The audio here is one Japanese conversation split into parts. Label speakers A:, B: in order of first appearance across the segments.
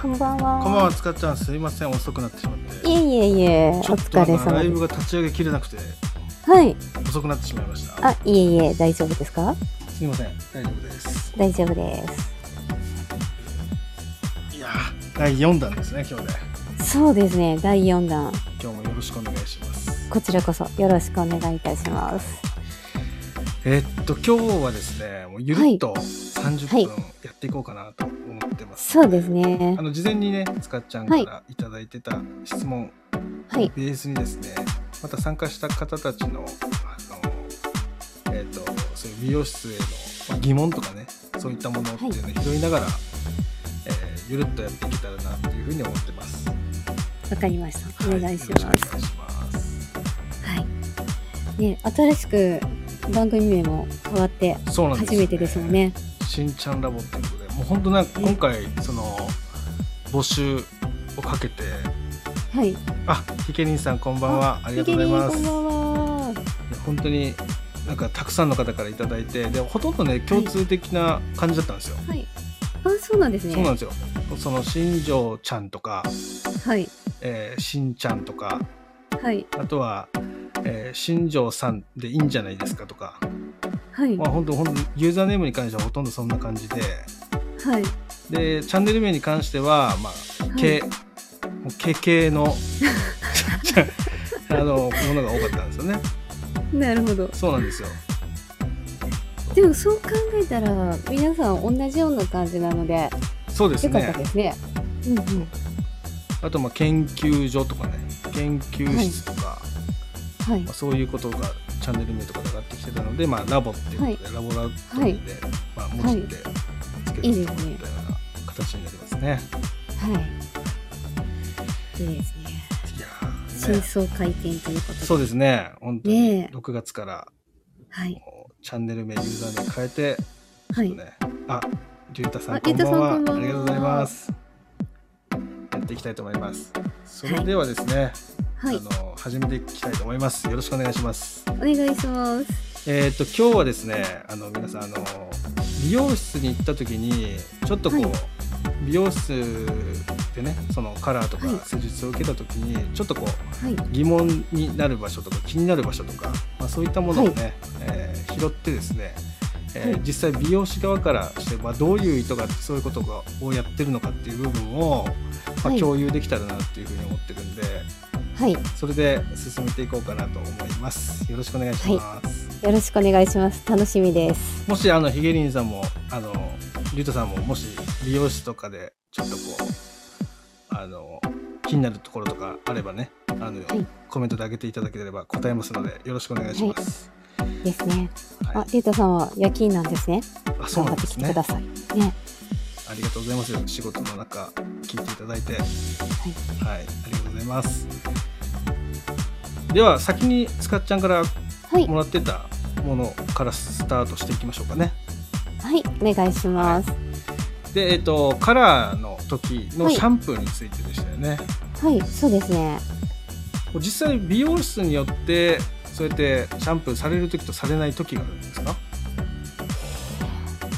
A: こんばんは。
B: こんばんは、つかちゃん、すいません、遅くなってしまって。
A: いえいえいえ、お
B: ちょっとあ
A: 疲れ
B: の
A: 様
B: ライ
A: で
B: ブ
A: す。
B: が立ち上げきれなくて、
A: はい。
B: 遅くなってしまいました。
A: あ、いえいえ、大丈夫ですか
B: すいません、大丈夫です。
A: 大丈夫です。
B: いやー、第4弾ですね、今日で。
A: そうですね、第4弾。
B: 今日もよろしくお願いします。
A: こちらこそよろしくお願いいたします。
B: えっと、今日はですね、もうゆるっと30分やっていこうかなと思ってます。
A: そうですね
B: あ。の事前にね、つかちゃんからいただいてた質問
A: はい
B: ベースにですね、また参加した方たちの、あの、えっ、と、そういう美容室へのまあ疑問とかね、そういったものっていうのを拾いながら、えーゆるっとやっていけたらなっていうふうに思ってます。
A: わかりました。お願いし
B: は
A: ま
B: よろ
A: す
B: くお。願いします。
A: はい。ね、新しく番組名も変わって
B: そうなんです、
A: 初めてですもん。ね。
B: しんちゃんラボってことで、もう本当なんか今回、その、募集をかけて、
A: はい。
B: あ、ひけりんさんこんばんは。ありがとうございます。
A: ひげりんこんばんは。
B: いや本当になんかたくさんの方からいただいてでほとんどね共通的な感じだったんですよ、
A: はい。あ、そうなんですね。
B: そうなんですよその新庄ちゃんとか、
A: はい。
B: えー、新ちゃんとか
A: はい。
B: あとは、えー新庄さんでいいんじゃないですかとか、
A: はい。
B: まあ、本当本当ユーザーネームに関してはほとんどそんな感じで
A: はい。
B: でチャンネル名に関してはまあ
A: はい
B: け、もうけ 系のあのものが多かったんですよね
A: なるほど。
B: そうなんですよ
A: でもそう考えたら皆さん同じような感じなので
B: そうです
A: 良か
B: ね
A: ったですね。うんうん。
B: あとまあ研究所とかね研究室とか、
A: はい
B: まあ、。そういうことがチャンネル名とかで上がってきてたので、まあ、ラボっていうことで、ラボラトリーで、まあ、文字でつけてみたみたいな形になりますね。い
A: はい。いいですね。
B: やー
A: 真
B: ね
A: 相回転ということで。
B: そうですね本当
A: ね
B: に
A: え
B: 6月から
A: はい。
B: もうチャンネル名ユーザー名変えて、
A: は
B: ちょっ
A: い。
B: とね、あ龍太さ
A: あ
B: んこんばんは
A: 龍太さんこんばんは
B: ありがとうございます。やっていきたいと思います。それではですね、
A: はい。
B: あの始めていきたいと思います。よろしくお願いします。
A: お願いします。
B: えー、と今日はですねあの皆さんあの美容室に行った時にちょっとこう、
A: はい
B: 美容室でねそのカラーとか
A: はい
B: 施術を受けた時に、ちょっとこう
A: はい。
B: 疑問になる場所とか気になる場所とか、まあ、そういったものをね、えー拾ってですね、えー
A: はい
B: 実際美容師側からして、まあ、どういう意図があってそういうことがをやってるのかっていう部分を、ま
A: は
B: あ、
A: い
B: 共有できたらなっていうふうに思ってるんで、
A: はい。よ
B: それで進めていこうかなと思います。よろしくお願いします。
A: ろしくお願いします。楽しみです。
B: もしあのヒゲリンさんもあのリュウトさんももし美容室とかでちょっとこうあの気になるところとかあればねあの、
A: はい
B: コメントで上げていただければ答えますのでよろしくお願いします。
A: ですね。
B: はい
A: あ、リュウタさんは夜勤なんですね。
B: あそうなんですね
A: 頑張。ってきてください。ね。
B: ありがとうございます。仕事の中聞いていただいて、はい、ありがとうございます。では先につかっちゃんから
A: はい。
B: もらってたものからスタートしていきましょうかね。
A: はい。お願いします。
B: でえっ、とカラーの時の
A: はい
B: シャンプーについてでしたよね。
A: はい。そうですね。
B: 実際美容室によってそうやってシャンプーされる時とされない時があるんですか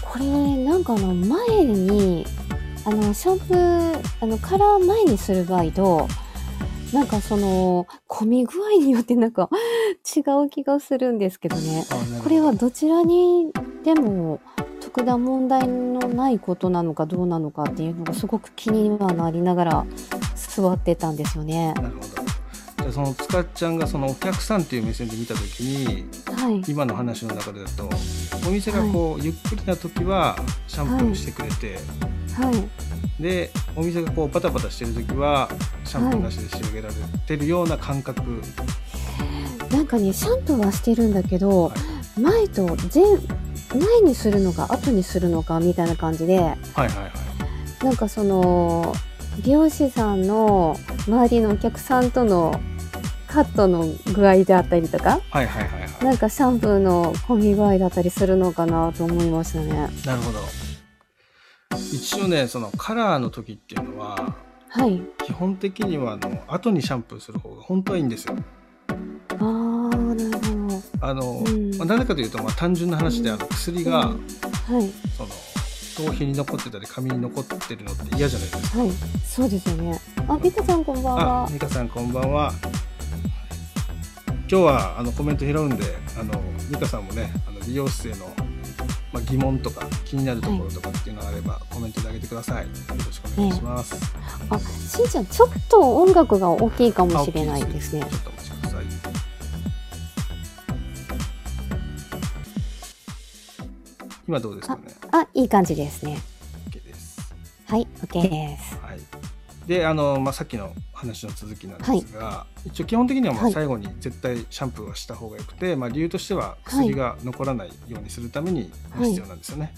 A: これなんかあの前にあのシャンプーあのカラー前にする場合となんかその混み具合によってなんか違う気がするんですけどねこれはどちらにでも特段問題のないことなのかどうなのかっていうのがすごく気にはなりながら座ってたんですよね。
B: なるほどじゃあそのつかっちゃんがそのお客さんっていう目線で見た時に
A: はい、
B: 今の話の中でだとお店がこう、ゆっくりな時はシャンプーしてくれて、
A: はい
B: でお店がこうバタバタしてる時はシャンプーなしで仕上げられてるような感覚、
A: なんかねシャンプーはしてるんだけど、
B: は
A: 前と前前にするのか後にするのかみたいな感じで
B: はい、はいはい
A: なんかその美容師さんの周りのお客さんとのカットの具合であったりとか
B: はいはいはいはい
A: なんかシャンプーの混み具合だったりするのかなと思いましたね
B: なるほど一応ねそのカラーの時っていうのは
A: はい
B: 基本的にはあの後にシャンプーする方が本当はいいんですよ。
A: あーなるほ
B: あの、
A: うん
B: まあなぜかというと、まあ、単純な話であの薬が、
A: どはい
B: その頭皮に残ってたり髪に残ってるのって嫌じゃないですか
A: はい、そうですよね。あ、ピカさんこんばん
B: あ
A: は、。
B: 美香さんこんばんは。今日はあのコメント拾うんで、あの美香さんもね、あの美容室へのまあ疑問とか気になるところとかっていうのがあれば、コメントであげてください。よろしくお願いします。
A: あ、しんちゃん、ちょっと音楽が大きいかもしれないですね
B: あ。ちょっとお待ちください。今どうですかね。
A: あ、いい感じですね。
B: OK です。
A: はい、OK です。
B: はい、であの、まあ、さっきの話の続きなんですが、一応基本的にはま
A: は
B: あ
A: い
B: 最後に絶対シャンプーはした方がよくて、まあ、理由としては薬が残らないようにするために
A: はい
B: 必要なんですよね、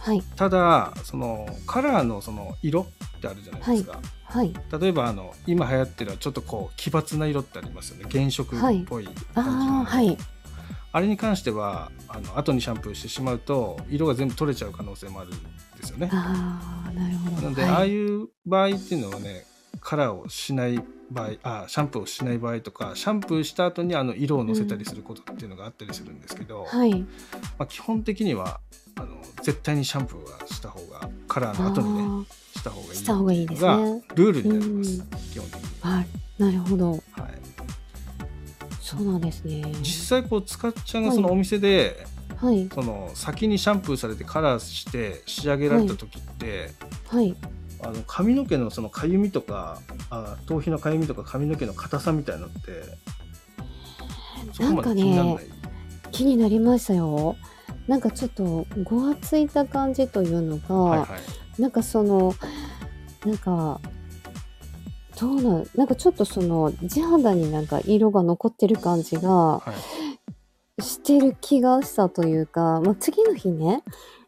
A: はい、
B: ただそのカラーのその色ってあるじゃないですか、
A: はい、
B: 例えばあの今流行ってるちょっとこう奇抜な色ってありますよね原色っぽい感じの、
A: ああ、はい、
B: あれに関してはあの後にシャンプーしてしまうと色が全部取れちゃう可能性もあるんですよね
A: ああ、なるほど。
B: なんで、ああ
A: はい、
B: いう場合っていうのはねカラーをしない場合あシャンプーをしない場合とかシャンプーした後にあの色をのせたりすることっていうのがあったりするんですけど、ま
A: はい、
B: あ、基本的にはあの絶対にシャンプーはした方がカラーの後にね
A: あ
B: した方が
A: あ、
B: いい
A: した方がいいです
B: が
A: ね。
B: ルールになります、
A: うん
B: 基本的には、
A: はい、なるほど。
B: はい、
A: そうなんですね。
B: 実際こう塚っちゃんが
A: はい
B: そのお店で、
A: はい、
B: その先にシャンプーされてカラーして仕上げられた時って、
A: はい、
B: あの髪の毛のそのかゆみとかあ頭皮のかゆみとか髪の毛の硬さみたいなのってそこまで気にならない、
A: 気になりましたよ。なんかちょっとごわついた感じというのが、
B: はいはい
A: なんかそのなんかどうなんなんかちょっとその地肌になんか色が残ってる感じが
B: はい
A: してる気がしたというか、まあ、次の日ね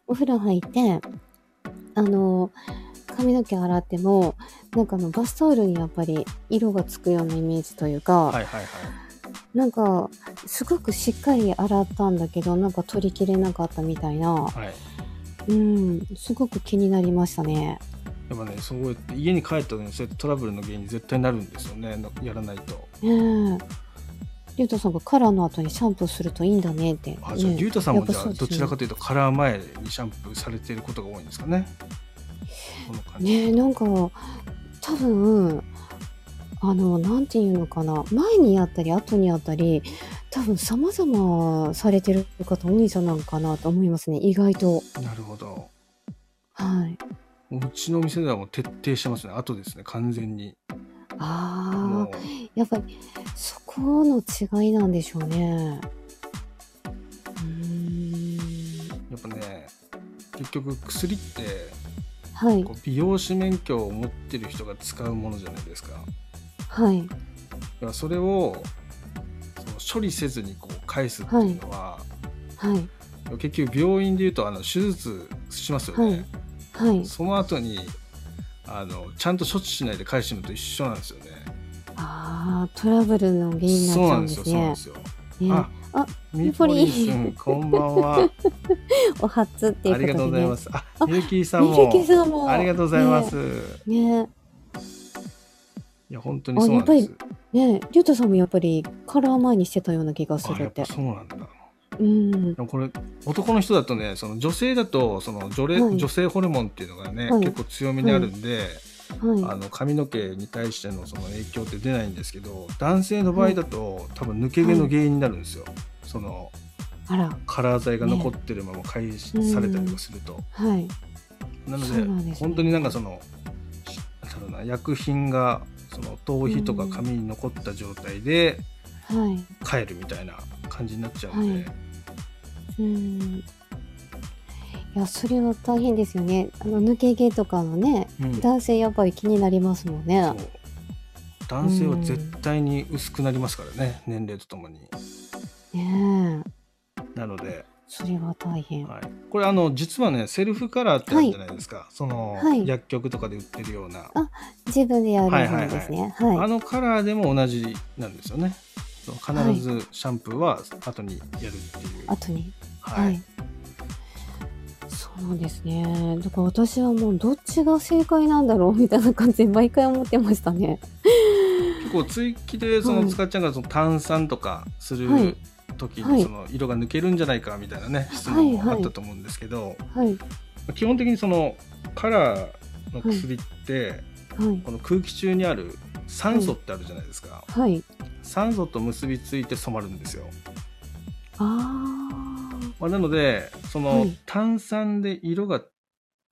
A: お風呂入ってあの髪の毛洗ってもなんかあのバスタオルにやっぱり色がつくようなイメージというか、
B: はいはいはい
A: なんかすごくしっかり洗ったんだけどなんか取りきれなかったみたいな、
B: はい
A: うん、すごく気になりましたね。
B: でもねそうやって家に帰ったのにそうやってトラブルの原因に絶対なるんですよねのやらないと
A: ねえ。りゅうたさんがカラーの後にシャンプーするといいんだねって。
B: あじゃあ
A: ねえ
B: 竜太さんも
A: やっぱ
B: じゃ
A: そ
B: あ
A: うですね
B: どちらかというとカラー前にシャンプーされていることが多いんですかねこの感じ、
A: ねえ、なんか、多分、あの、なんていうのかな、前にやったり、後にやったり、多分様々されてる方多いんじゃないかなと思いますね、意外と。
B: なるほど
A: はい。
B: うちのお店ではもう徹底してますね後ですね完全に
A: あ
B: も
A: あ、やっぱり、そこの違いなんでしょうね。うーん。
B: うやっぱね結局薬って
A: はい、
B: こう美容師免許を持ってる人が使うものじゃないですかだか
A: はい、
B: らそれをその処理せずにこう返すっていうのは、
A: はい、
B: 結局病院でいうとあの手術しますよね、
A: はい。
B: その後にあのちゃんと処置しないで返してるのと一緒なんですよね
A: ああ、トラブルの原因になっち
B: そう
A: ゃ
B: な
A: うんんで
B: で
A: す
B: すよそうなん
A: ね
B: で。すよ
A: ね
B: あ
A: あ
B: ミポリン
A: ミポリン
B: さんこんば んは
A: お初っていう
B: あ
A: ことで、ね。
B: りがとうございますあ
A: あ
B: みゆきさん
A: みゆ
B: も
A: きさんも。
B: ありがとうございます、
A: ね。
B: いや本当にそうなんです
A: ねねりゅうたさんもやっぱりカラー前にしてたような気がす
B: あ
A: る
B: や
A: っ
B: ってぱ。そうなんだ
A: うん。
B: でもこれ男の人だとねその女性だとその女,、
A: はい
B: 女性ホルモンっていうのがね、
A: はい
B: 結構強めにあるんで、あ
A: は
B: の髪の毛に対してのその影響って出ないんですけど男性の場合だと、多分抜け毛の原因になるんですよ、その
A: い。あら。
B: カラー剤が残ってるまま開始
A: ね
B: されたりとかすると、
A: はい。
B: なの
A: そうなんです
B: で
A: ね
B: 本当になんかそのしなんだろうな薬品がその頭皮とか髪に残った状態で
A: はい。
B: 帰るみたいな感じになっちゃうんで、
A: はいうん。いや、それは大変ですよね。あの抜け毛とかのね、
B: うん
A: 男性やっぱり気になりますもんね。
B: そう男性は絶対に薄くなりますからね、年齢とともに
A: ねえ。
B: なので、
A: それは大変。
B: はい、これあの実はねセルフカラーってあるじゃないですか、その、
A: はい
B: 薬局とかで売ってるような
A: あ自分でやるんですね。はい。
B: あのカラーでも同じなんですよねそう必ずシャンプーは後にやるっていう、
A: 後に。
B: はい
A: はい。そうなんですね。だから私はもうどっちが正解なんだろうみたいな感じで毎回思ってましたね。
B: 結構追記でそ
A: は
B: の
A: い
B: つかちゃんがその炭酸とかす
A: はい
B: る時
A: はい
B: にその色が抜けるんじゃないかみたいなね質
A: はい
B: 問
A: はい
B: あったと思うんですけど、
A: はい。
B: まあ基本的にそのカラーの薬って、
A: はい。
B: この空気中にある酸素ってあるじゃないですか、
A: はい。
B: 酸素と結びついて染まるんですよ、
A: あ
B: まあ、なのでその、
A: はい
B: 炭酸で色が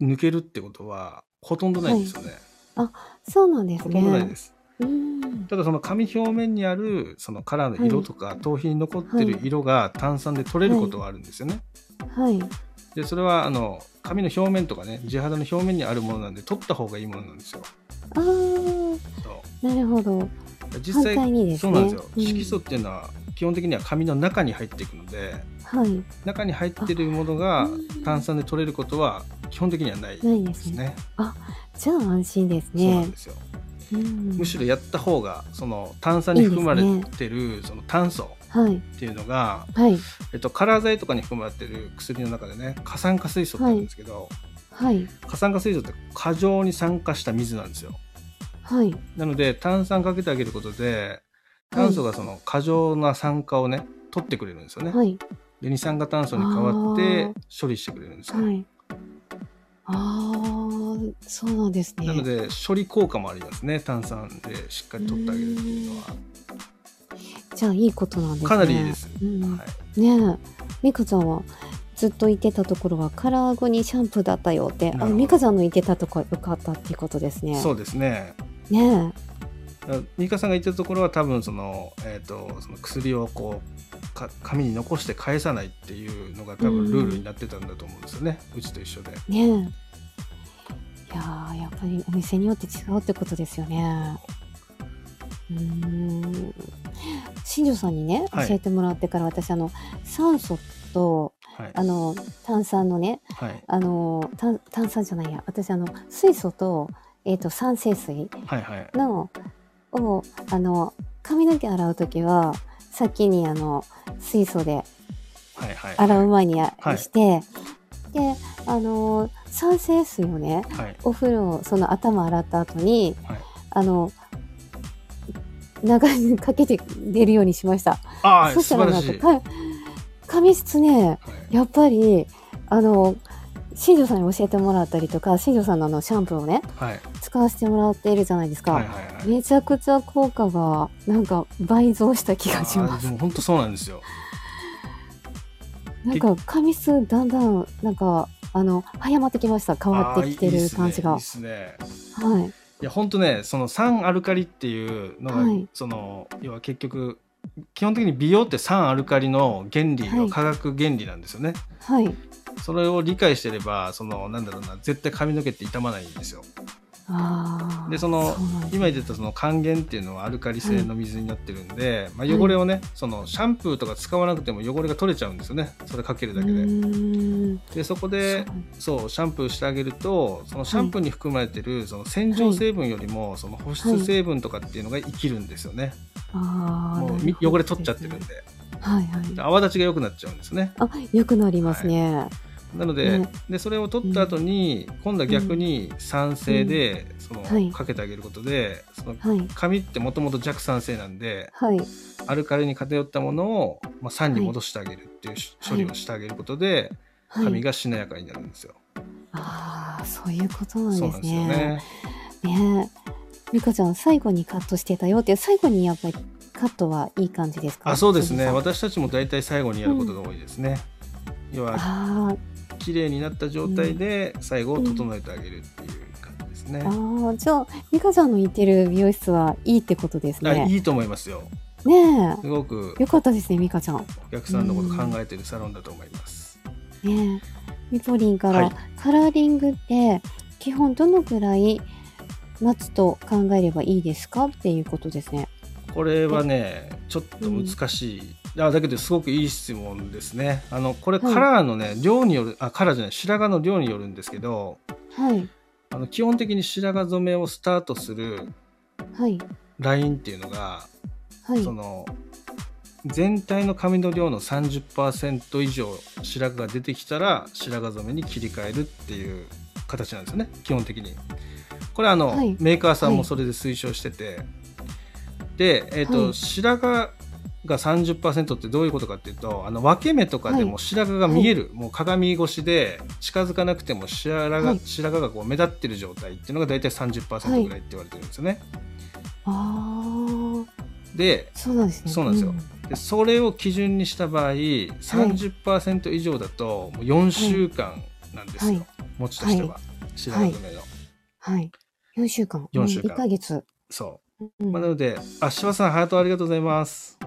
B: 抜けるってことはほとんどないんですよね、
A: あ、そうなんです
B: ほ
A: ね。
B: とんどないです
A: うん。
B: ただその紙表面にあるそのカラーの色とか、頭皮に残ってる色が炭酸で取れることはあるんですよね、
A: はい。
B: でそれはあの髪の表面とかね地肌の表面にあるものなんで取った方がいいものなんですよ。
A: ああ、
B: そう
A: なるほど。
B: 実際
A: 反対にですね
B: そうなんですよ、
A: うん
B: 色素っていうのは基本的には髪の中に入っていくので
A: はい。
B: 中に入ってるものが
A: あうん
B: 炭酸で取れることは基本的にはないで
A: ないです
B: す
A: ね。
B: ね。
A: じゃあ安心です
B: そうな
A: ね
B: んで。すよ
A: うん
B: むしろやった方がその炭酸に含まれ
A: いいで
B: てるその炭素
A: はい。
B: っていうのが、
A: はい。
B: えっと、カラー剤とかに含まれてる薬の中でね過酸化水素って言うんですけど、
A: はい。
B: 過酸化水素って過剰に酸化した水なんですよ。
A: はい。
B: なので炭酸かけてあげることで炭素がその過剰な酸化をね取ってくれるんですよね、
A: はい。
B: で二酸化炭素に変わっ
A: あ
B: て
A: ー
B: 処理してくれるんですよ、
A: はい。ああ、そうなんですね。
B: なので処理効果もありますね炭酸でしっかり取ってあげるっていうのは
A: じゃあいいことなんですね。
B: かなりいいです、
A: うん
B: はい、
A: ねえ美香ちゃんはずっと言ってたところはカラー後にシャンプーだったよってあ
B: なるほど
A: 美香ちゃんの言ってたところよかったっていうことですね。
B: そうですね
A: ねえ
B: 美香さんが言ってるところは多分その,、えー、とその薬をこうか紙に残して返さないっていうのが多分ルールになってたんだと思うんですよね、うちと一緒で
A: ねえいやーやっぱりお店によって違うってことですよね。うーん新庄さんにね
B: はい
A: 教えてもらってから、私あの酸素と
B: はい
A: あの炭酸のね
B: はい
A: あの炭炭酸じゃないや私あの水素と,、えー、と酸性水
B: はいはい
A: のをあの髪の毛洗う時は先にあの水素で
B: はいはい
A: 洗う前にや
B: はい
A: して、であの酸性水をね
B: はい
A: お風呂その頭洗った後に、
B: はい
A: あの流にかけて出るようにしました。
B: ああ
A: そ
B: 素
A: したら
B: 晴
A: な
B: ら
A: ん
B: し
A: か
B: い、
A: か髪質ね
B: はい
A: やっぱりあの新庄さんに教えてもらったりとか新庄さんのあのシャンプーをね
B: はい、
A: 使わせてもらっているじゃないですか。
B: はいはいはい。
A: めちゃくちゃ効果がなんか倍増した気がし
B: あ
A: ま
B: ー
A: す
B: で。も本当そうなんですよ。
A: なんか髪質だんだんなんかあの早まってきました。変わってきて
B: あーいい
A: る
B: っすね
A: 感じ
B: いい
A: が
B: っ。すね。
A: はい
B: いや本当ね、その酸アルカリっていうのが、
A: はい
B: その要は結局基本的に美容って酸アルカリの原理
A: は
B: の
A: い
B: 化学原理なんですよね。
A: はい。
B: それを理解してれば、そのなんだろうな、絶対髪の毛って傷まないんですよ。
A: ああ。
B: でその
A: うなんです
B: 今言ってたその還元っていうのはアルカリ性の水になってるんで、まあ汚れをね、そのシャンプーとか使わなくても汚れが取れちゃうんですよね。それかけるだけ
A: う
B: で。
A: ーん
B: でそこで
A: そう
B: そうシャンプーしてあげるとそのシャンプーに含まれてる、その洗浄成分よりも、その保湿成分とかっていうのが生きるんですよね、
A: ああ。
B: もう
A: な
B: み
A: るほど
B: 汚れ取っちゃってるんで
A: はいはい。
B: で泡立ちが良くなっちゃうんですね
A: あ、良くなりますね。
B: なので,、
A: ね
B: でそれを取った後に、今度は逆に酸性で、その
A: はい
B: かけてあげることでその
A: はい。
B: 紙ってもともと弱酸性なんで
A: はい。
B: アルカリに偏ったものを、まあ、酸に戻してあげるっていうし、
A: はい
B: 処理をしてあげることで
A: はい。
B: 髪がしなやかになるんですよ。
A: ああ、そういうことなん
B: そう
A: で
B: な
A: す
B: んですよ
A: ね。
B: ね。
A: ねえ。美香ちゃん、最後にカットしてたよって、最後にやっぱりカットはいい感じですか
B: あそうです
A: 新庄
B: ね
A: さん
B: 私たちも大体最後にやることが多いですね、要は
A: あー
B: 綺麗になった状態で最後を整えてあげるっていう感じですね、
A: あーじゃあ美香ちゃんの行ってる美容室はいいってことです
B: あ
A: ね。
B: いいと思いますよ
A: ね
B: すごく
A: えよかったですね美香ちゃん。
B: お客さんのこと考えてるサロンだと思います、
A: ねえミポリンから、
B: はい
A: カラーリングって基本どのくらい待つと考えればいいですかっていうことですね。
B: これはねちょっと難しい、あだけどすごくいい質問ですねあのこれ
A: はい
B: カラーのね量によるあカラーじゃない白髪の量によるんですけど
A: はい
B: あの基本的に白髪染めをスタートする
A: はい
B: ラインっていうのが
A: はい
B: その全体の髪の量の30%以上白髪が出てきたら白髪染めに切り替えるっていう形なんですよね基本的にこれはあの、
A: はい
B: メーカーさんもそれで推奨してて、で、えーと
A: はい
B: 白髪が30%ってどういうことかっていうとあの分け目とかでも白髪が見える、もう鏡越しで近づかなくても白髪,、
A: はい
B: 白髪がこう目立ってる状態っていうのが大体30%ぐらいって言われてるんですよね。
A: ああ、
B: で
A: そうなんですね。
B: そうなんですよ
A: ん
B: でそれを基準にした場合30%以上だともう4週間なんですよ、
A: はい
B: 持ちとしては、白髪染めの。
A: はい。4週間。
B: 4週間
A: 1ヶ月。
B: そう
A: うん
B: まあ、なので、あ、柴さん、ハートありがとうございます。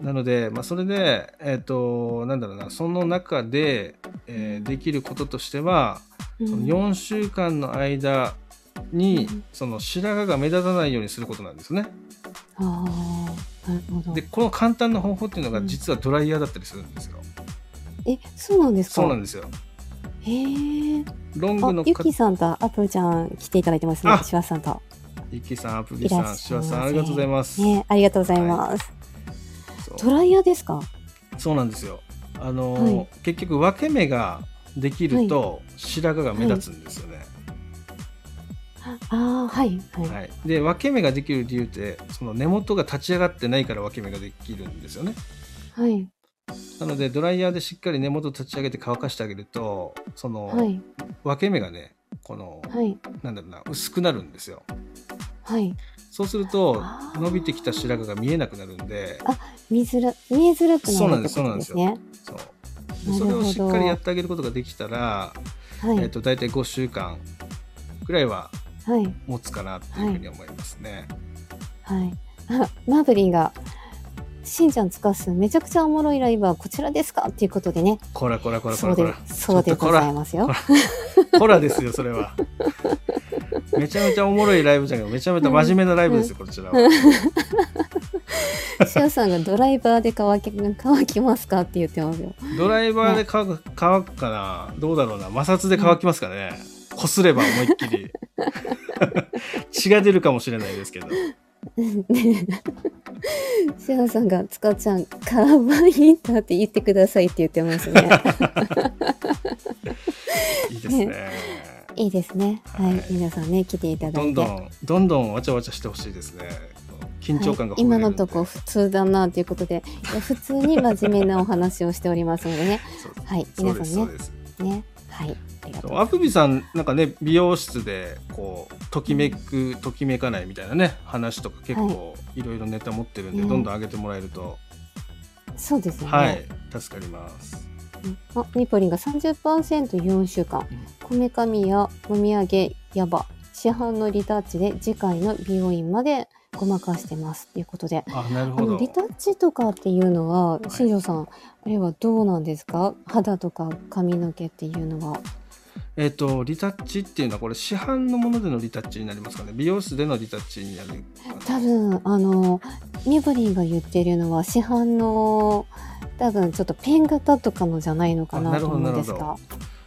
B: なので、まあ、それで、えっ、と、なんだろうな、その中で、えーできることとしては、
A: うん
B: その4週間の間に
A: うん、
B: その白髪が目立たないようにすることなんですね。
A: ああ、なるほど
B: で、。この簡単な方法っていうの
A: う
B: が、
A: ん
B: 実はドライヤーだったりするんですよ。
A: え、そうなんですか
B: そうなんですよ。
A: へえ。
B: ロング
A: あ
B: の、
A: ゆ
B: か
A: きさんとアプちゃん来ていただいてますね
B: あ。
A: しわさんと。
B: ゆきさん、アプリ
A: い
B: さ
A: ら
B: ん、
A: っしゃいま
B: 柴
A: せ
B: さん、ありがとうございます。
A: ね、ありがとうございます。
B: そう
A: トライヤーですか
B: そうなんですよ。あのー
A: はい
B: 結局分け目ができると白髪が目立つんですよね。
A: ああ、はい、はい。
B: はいで分け目ができる理由ってその根元が立ち上がってないから分け目ができるんですよね。
A: はい、
B: なのでドライヤーでしっかり根元立ち上げて乾かしてあげるとその、
A: はい、
B: 分け目がねこの、
A: はい、
B: なんだろうな薄くなるんですよ。
A: はい。
B: そうすると
A: あー
B: 伸びてきた白髪が見えなくなるんで
A: 見づら、見えづらく
B: そうな
A: なんる
B: で
A: って
B: すそう
A: こと
B: なんで
A: ですす
B: よ
A: ね。
B: そ
A: な
B: う
A: る
B: でそ
A: ほ
B: れ
A: ど
B: をしっかりやってあげることができたら、
A: はい、
B: えっと大体5週間くらいは
A: はい、
B: 持つかなっていうふうに思いますね。
A: はい。あ、マーブリンが、しんちゃんつかすめちゃくちゃおもろいライブはこちらですかっていうことでね。
B: こらこらこらこ
A: そ
B: ら
A: う
B: こ
A: で
B: ら、
A: そうでございますよ。
B: こらですよそれは。 めちゃめちゃおもろいライブじゃなくてめちゃめちゃ真面目なライブですよこちらは。
A: しおさんがドライバーで乾き、乾きますかって言ってますよ。
B: ドライバーで乾く乾くかなどうだろうな摩擦で乾きますかね。こすれば思いっきり 血が出るかもしれないですけど。
A: しおさんが、つかちゃん、かわいいんだって言ってくださいって言ってますね。
B: いいですね。
A: いいですね。はい、
B: はい
A: 皆さんね、来ていただ
B: ど
A: いて。
B: んどんどんどんわちゃわちゃしてほしいですね。緊張感が
A: はい
B: ほぐ
A: 今
B: れる
A: の
B: んで、
A: とこ普通だなということでいや普通に真面目なお話をしておりますのでね
B: そう
A: はい
B: そう
A: 皆
B: です
A: さ
B: そうん
A: ね
B: です。
A: ねはいありがとうござい
B: アプビさんなんかね美容室でこうときめくときめかないみたいなね話とか結構いろいろネタ持ってるんで、
A: うん
B: どんどん上げてもらえると、
A: ますそうですよね、
B: はい助かります
A: うんあミポリンが 30%4 週間こめかみやもみあげやば市販のリタッチで次回の美容院までごまかしてますということで
B: あなる
A: あ
B: ほ
A: の
B: ど
A: リタッチとかっていうのは、
B: い
A: 新庄さんあれはどうなんですか肌とか髪の毛っていうのは
B: えっ、とリタッチっていうのはこれ市販のものでのリタッチになりますかね美容室でのリタッチになる
A: 多分あのミブリンが言ってるのは市販の多分ちょっとペン型とかのじゃないのか
B: あな
A: な
B: る
A: と
B: ほど
A: 思うんです
B: なる
A: が、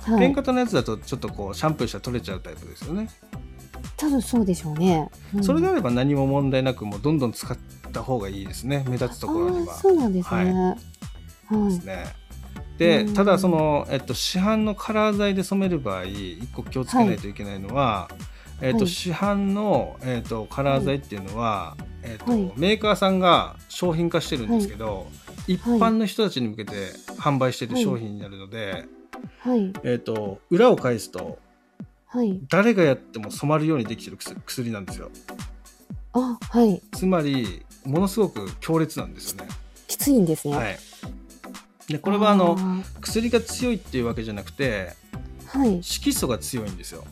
B: ペン、
A: はい、
B: 型のやつだとちょっとこうシャンプーしたら取れちゃうタイプですよね、
A: 多分そうでしょうね、うん
B: それであれば何も問題なくもうどんどん使った方がいいですね目立つところに
A: あ
B: は
A: ーそうなんですね、はい
B: ですね。で
A: うん
B: ただその、えっと、市販のカラー剤で染める場合一個気をつけないといけないのは、えっと
A: はい
B: 市販の、えっと、カラー剤っていうのは、えっと
A: はい
B: メーカーさんが商品化してるんですけど、一般の人たちに向けて販売してる商品になるので、
A: はい
B: えっと裏を返すと
A: はい
B: 誰がやっても染まるようにできてる薬薬なんですよ
A: あはい
B: つまりものすごく強烈なんですよね。
A: きついんですね、
B: はい、でこれはあの
A: ー
B: 薬が強いっていうわけじゃなくて
A: はい
B: 色素が強いんですよ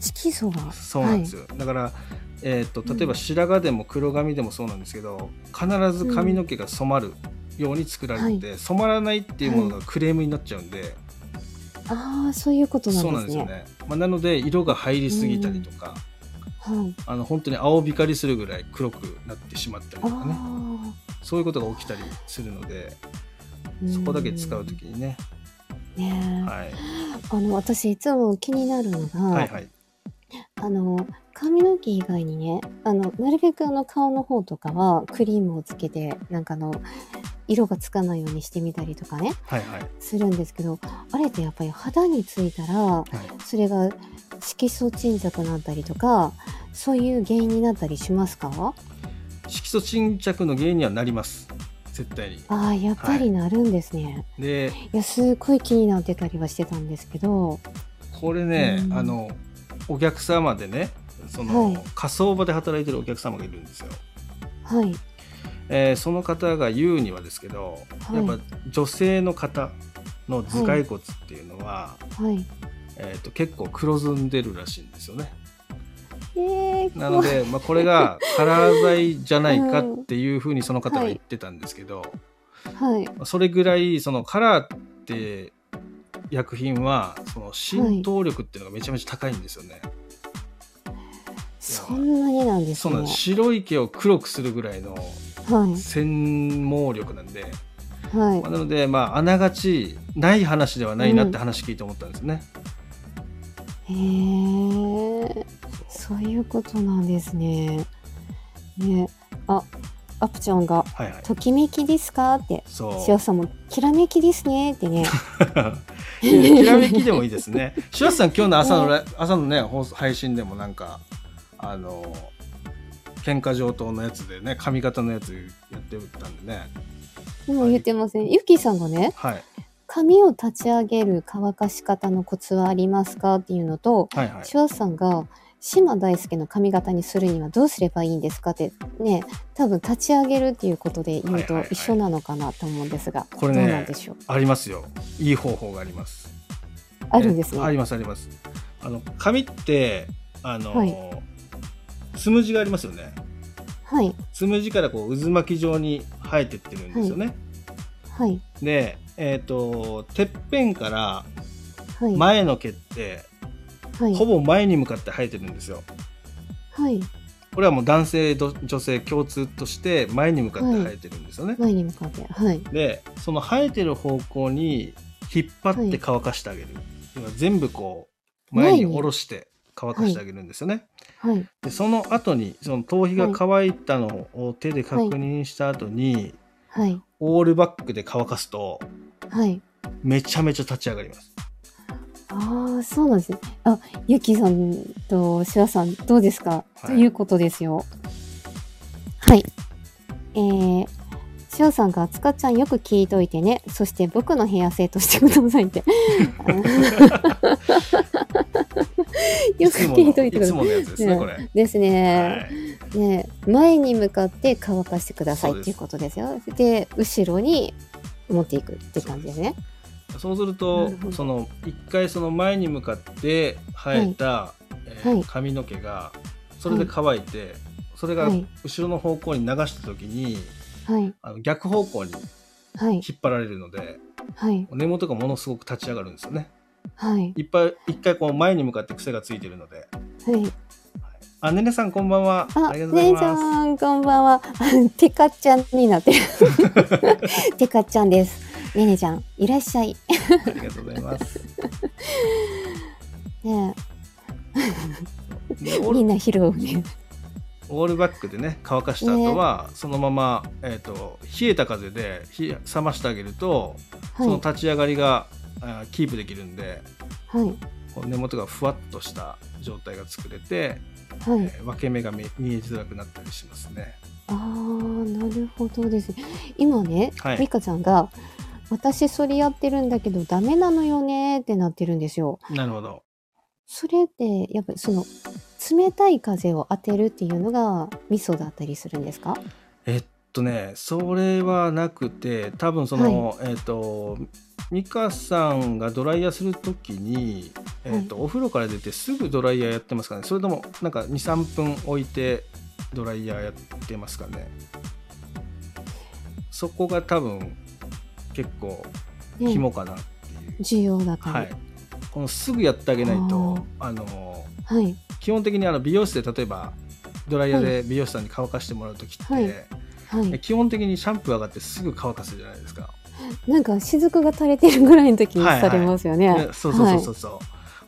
A: 色素が
B: そうなんですよ、だから、えー、と例えば白髪でも黒髪でもそうなんですけど必ず髪の毛が染まるように作られてて、染まらないっていうものがクレームになっちゃうんで、
A: ああそういうこと
B: そう
A: な
B: な
A: ん
B: ん
A: です
B: ですよ
A: ね
B: ね、まあ、なので色が入りすぎたりとか、
A: はい
B: あの本当に青光りするぐらい黒くなってしまったり
A: あ
B: とかね
A: あ
B: そういうことが起きたりするので
A: ー
B: そこだけ使う時にね、
A: うんねえ
B: はい、
A: あの私いつも気になるのが、
B: はいはい
A: あの髪の毛以外にねあのなるべくあの顔の方とかはクリームをつけてなんかあの色がつかないようにしてみたりとかね
B: はいはい
A: するんですけどあれってやっぱり肌についたらそれが色素沈着になったりとかそういう原因になったりしますか
B: 色素沈着の原因にはなります絶対に
A: ああ、やっぱりなるんですね。
B: で
A: いや、すっごい気になってたりはしてたんですけど。
B: これね、
A: うん
B: あのお客様でねその、
A: はい
B: 火葬場で働いてるお客様がいるんですよ、
A: はい。
B: えーその方が言うにはですけど、
A: はい
B: やっぱ女性の方の頭蓋骨っていうのは、
A: はい。
B: えー、と結構黒ずんでるらしいんですよね
A: ええ
B: なの
A: 怖い
B: で、まあ、これがカラー剤じゃないかっていうふうにその方が言ってたんですけど、
A: はい。
B: それぐらいそのカラーって薬品はその浸透力っていうのがめちゃめちゃ高いんですよね、
A: そんなになんです
B: そう
A: ね。
B: なんです白い毛を黒くするぐらいの
A: は
B: 専門力なんで、
A: い。はい
B: まあ。なのでまああながちない話ではないなって話聞いて思ったんですね、
A: へえそういうことなんですね。ね、あ、アプちゃんが、
B: はいはい
A: ときめきですかって、
B: そう
A: しおさんも、きらめきですねって ね。
B: きらめきでもいいですね。しわすさん今日の朝のラ朝のね放送配信でもなんかあの喧嘩上等のやつでね髪型のやつやってたんでね。
A: でも言ってません。ゆきさんがね、
B: はい
A: 髪を立ち上げる乾かし方のコツはありますかっていうのと、
B: はいはい。
A: しおさんが、島大輔の髪型にするにはどうすればいいんですかってね多分立ち上げるっていうことで言う
B: はいはい
A: と
B: はい
A: 一緒なのかなと思うんですが、
B: これね
A: どうなんでしょう
B: ありますよ。いい方法があります。
A: あるんですね
B: えありますあります。あの髪ってあの、
A: はい
B: つむじがありますよね。
A: はい
B: つむじからこう渦巻き状に生えてってるんですよね。
A: はい
B: でえっ、とてっぺんから
A: はい
B: 前の毛って、
A: はい
B: ほぼ前に向かって生えてるんですよ。
A: はい
B: これはもう男性と女性共通として前に向かって生えてるんですよね。
A: 前に向かってはい
B: でその生えてる方向に引っ張って乾かしてあげる。要は全部こう前に下ろして乾かしてあげるんですよね。
A: はい
B: でその後にその頭皮が乾いたのを手で確認した後に、
A: はい
B: オールバックで乾かすと
A: はい
B: めちゃめちゃ立ち上がります。
A: ああそうなんですねあゆきさんとしわさんどうですか、
B: は
A: と
B: い
A: いうことですよはいえーしおさんが、つかちゃんよく聞いといてね。そして僕の部屋生としてくださいっ て。あのよく聞いといてくだ
B: つ
A: さい。
B: ものいつものやつですね、これ。
A: ですね。
B: はい
A: ね、前に向かって乾かしてください
B: そう
A: っ
B: です
A: ていうことですよ。で後ろに持っていくって感じですね。
B: そうすると
A: なるほど
B: その一回その前に向かって生えた、えー
A: はい
B: 髪の毛がそれで乾いて、それが
A: はい
B: 後ろの方向に流した時に、
A: はい
B: あの逆方向に
A: はい
B: 引っ張られるので
A: はい
B: 根元がものすごく立ち上がるんですよね。
A: はい
B: いっぱい一回こう前に向かって癖がついてるので。
A: はい。
B: あねねさんこんばんは。あ
A: あ、
B: りがとうござい
A: 姉ち
B: ます。
A: ゃんこんばんは。 テカちゃんになってる。 テカちゃんです。ねねちゃんいらっしゃい。
B: ありがとうござ います。
A: ね
B: で
A: え、
B: オー
A: み
B: ル
A: んな拾うね。
B: オールバックでね乾かした後は、そのまま、えー、と冷えた風で冷え冷ましてあげると
A: は
B: そ
A: い
B: の立ち上がりが、あーキープできるんで
A: はい
B: こう根元がふわっとした状態が作れて、
A: は
B: え
A: い。
B: ー分け目が見見えづらくなったりしますね。
A: あーなるほどです。今ね、
B: はい
A: ミカちゃんが私それやってるんだけどダメなのよねってなってるんですよ。
B: なるほど。
A: それってやっぱりその冷たい風を当てるっていうのが味噌だったりするんですか
B: えっとねそれはなくて多分その、えっ、と美香さんがドライヤーする時に、えっとお風呂から出てすぐドライヤーやってますかねそれともなんか23分置いてドライヤーやってますかねそこが多分結構
A: ね
B: 肝かなっていう。
A: 重要だから、
B: は
A: はいい、
B: このすぐやってあげないとあの
A: はい
B: 基本的にあの美容室で例えばドライヤーで美容師さんに乾かしてもらう時って、
A: はい
B: 基本的にシャンプー上がってすぐ乾かすじゃないですか、
A: なんか雫が垂れてるぐらいの時に
B: はいはい
A: されますよね、
B: ねそうそうそうそうそう、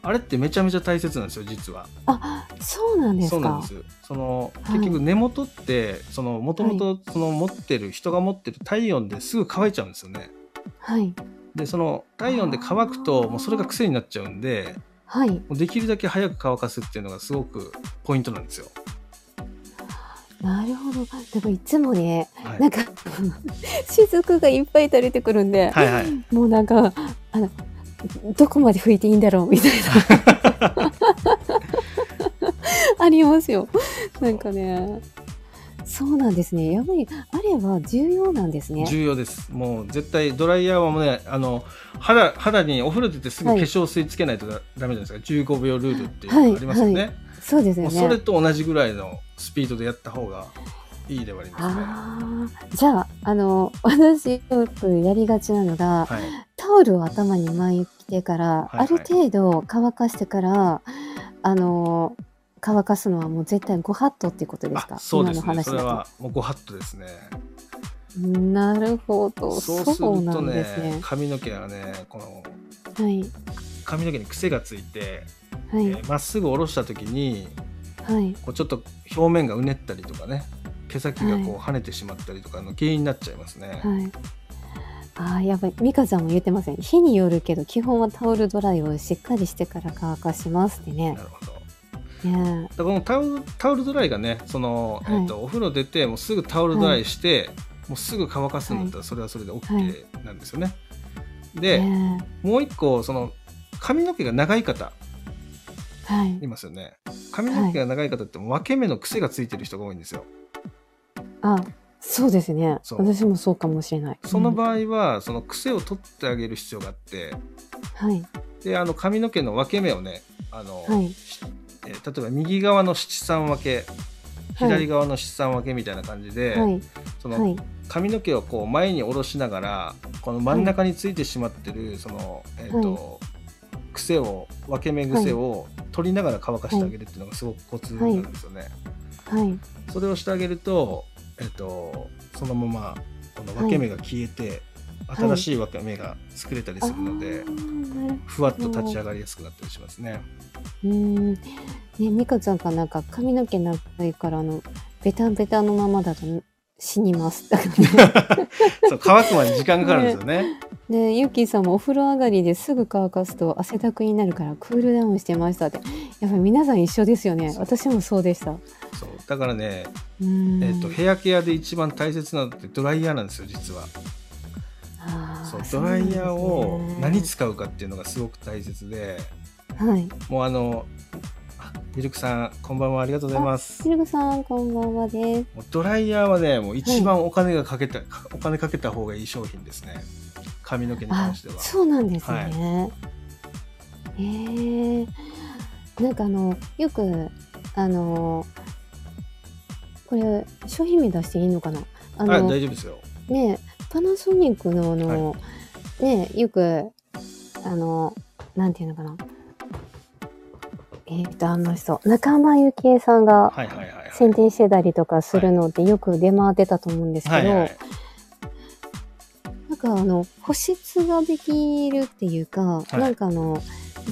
B: あれってめちゃめちゃ大切なんですよ実は
A: あそうなんですか
B: そうなんですその
A: はい
B: 結局根元ってそのもともとその持ってる人が持ってる体温ですぐ乾いちゃうんですよね
A: はい
B: でその体温で乾くともうそれが癖になっちゃうんで
A: はい
B: もうできるだけ早く乾かすっていうのがすごくポイントなんですよ
A: なるほど。でもいつもね、
B: はい
A: なんか、雫がいっぱい垂れてくるんで、
B: はいはい
A: もうなんか、あの、どこまで拭いていいんだろうみたい な。ありますよ。なんかね。そうなんですね。やっぱり、あれは重要なんですね。
B: 重要ですもう絶対ドライヤーはもうねあの肌肌にお風呂出てすぐ化
A: はい
B: 粧水つけないとだダメじゃないですか15秒ルールっていうのがありますよね、
A: はいそうです
B: も
A: よ
B: うそれ
A: ね。
B: と同じぐらいのスピードでやった方がいいではありますね
A: ああ。じゃあ、あの、私、よくやりがちなのが、
B: はい
A: タオルを頭に巻いてから、
B: いはい
A: ある程度乾かしてからあのー乾かすのはもう絶対ご法度っていうことですか
B: あそうです
A: 今の
B: ね
A: 話
B: それ
A: だ
B: はもうご法度ですね
A: となるほど
B: そう
A: そう
B: する
A: な
B: と
A: ん
B: ね
A: ですね
B: 髪の毛がねこの
A: はい
B: 髪の毛に癖がついてま、
A: はい、
B: えーまっすぐ下ろした時に
A: はい
B: こうちょっと表面がうねったりとかね毛先がこう
A: は
B: 跳ねてしまったりとかの原因になっちゃいますね、
A: はいあーやっぱり美香さんも言ってません日によるけど基本はタオルドライをしっかりしてから乾かしますってね
B: なるほど
A: ね
B: だからこのタオルタオルドライがねその、
A: はい
B: えっとお風呂出てもうすぐタオルドライして、もうすぐ乾かすんだったらそれはそれで OK なんですよね。で、
A: ね
B: もう一個その髪の毛が長い方
A: はい
B: いますよね髪の毛が長い方ってもう分け目の癖がついてる人が多いんですよ。
A: あそうですね
B: そう
A: 私もそうかもしれない
B: その
A: うん
B: 場合は、その癖を取ってあげる必要があって
A: はい
B: であの髪の毛の分け目をねあの、
A: はい
B: えー例えば右側の七三分け
A: はい
B: 左側の七三分けみたいな感じで、
A: はい
B: その
A: はい
B: 髪の毛をこう前に下ろしながらこの真ん中についてしまってるその、えーと癖を分け目癖を取りながら乾かしてあげるっていうのがすごくコツなんですよね。
A: はい
B: それをしてあげると,、えー、とそのままこの分け目が消えて、
A: い
B: 新しい分け目が作れたりするので、
A: あーなる
B: ふわっと立ち上がりやすくなったりしますね。
A: うーんね美香ちゃんがなんか髪の毛長いからあのベタベタのままだと死にます だからね
B: そう乾くまで時間がかかるんです よね。
A: でユッキーさんもお風呂上がりですぐ乾かすと汗だくになるからクールダウンしてましたってやっぱり皆さん一緒ですよね
B: そう
A: 私もそうでしたう
B: そうだからね、
A: ーん
B: えー、とヘアケアで一番大切なのってドライヤーなんですよ実は。
A: あー
B: そう
A: そ
B: ド
A: うな
B: ラ
A: ん
B: イ
A: ですね
B: ヤーを何使うかっていうのがすごく大切で
A: はい
B: もうあのあミルクさんこんばんはありがとうございます
A: シルグさんこんばんはです
B: もうドライヤーはねもう一番お金がかけた、かお金かけた方がいい商品ですね髪の毛に
A: あ
B: 関しては
A: そうなんですね。えーなんかあのよくあのこれ商品名出していいのかなあ
B: はい
A: の、
B: 大丈夫ですよ
A: ねパナソニックのあの、ねよくあのなんていうのかなえっ、とあの人仲間由紀恵さんが
B: はいはいはいはい
A: 宣伝してたりとかするのってよく出回ってたと思うんですけど、
B: はいはい
A: なんかあの保湿ができるっていうか、
B: はい
A: なんかあの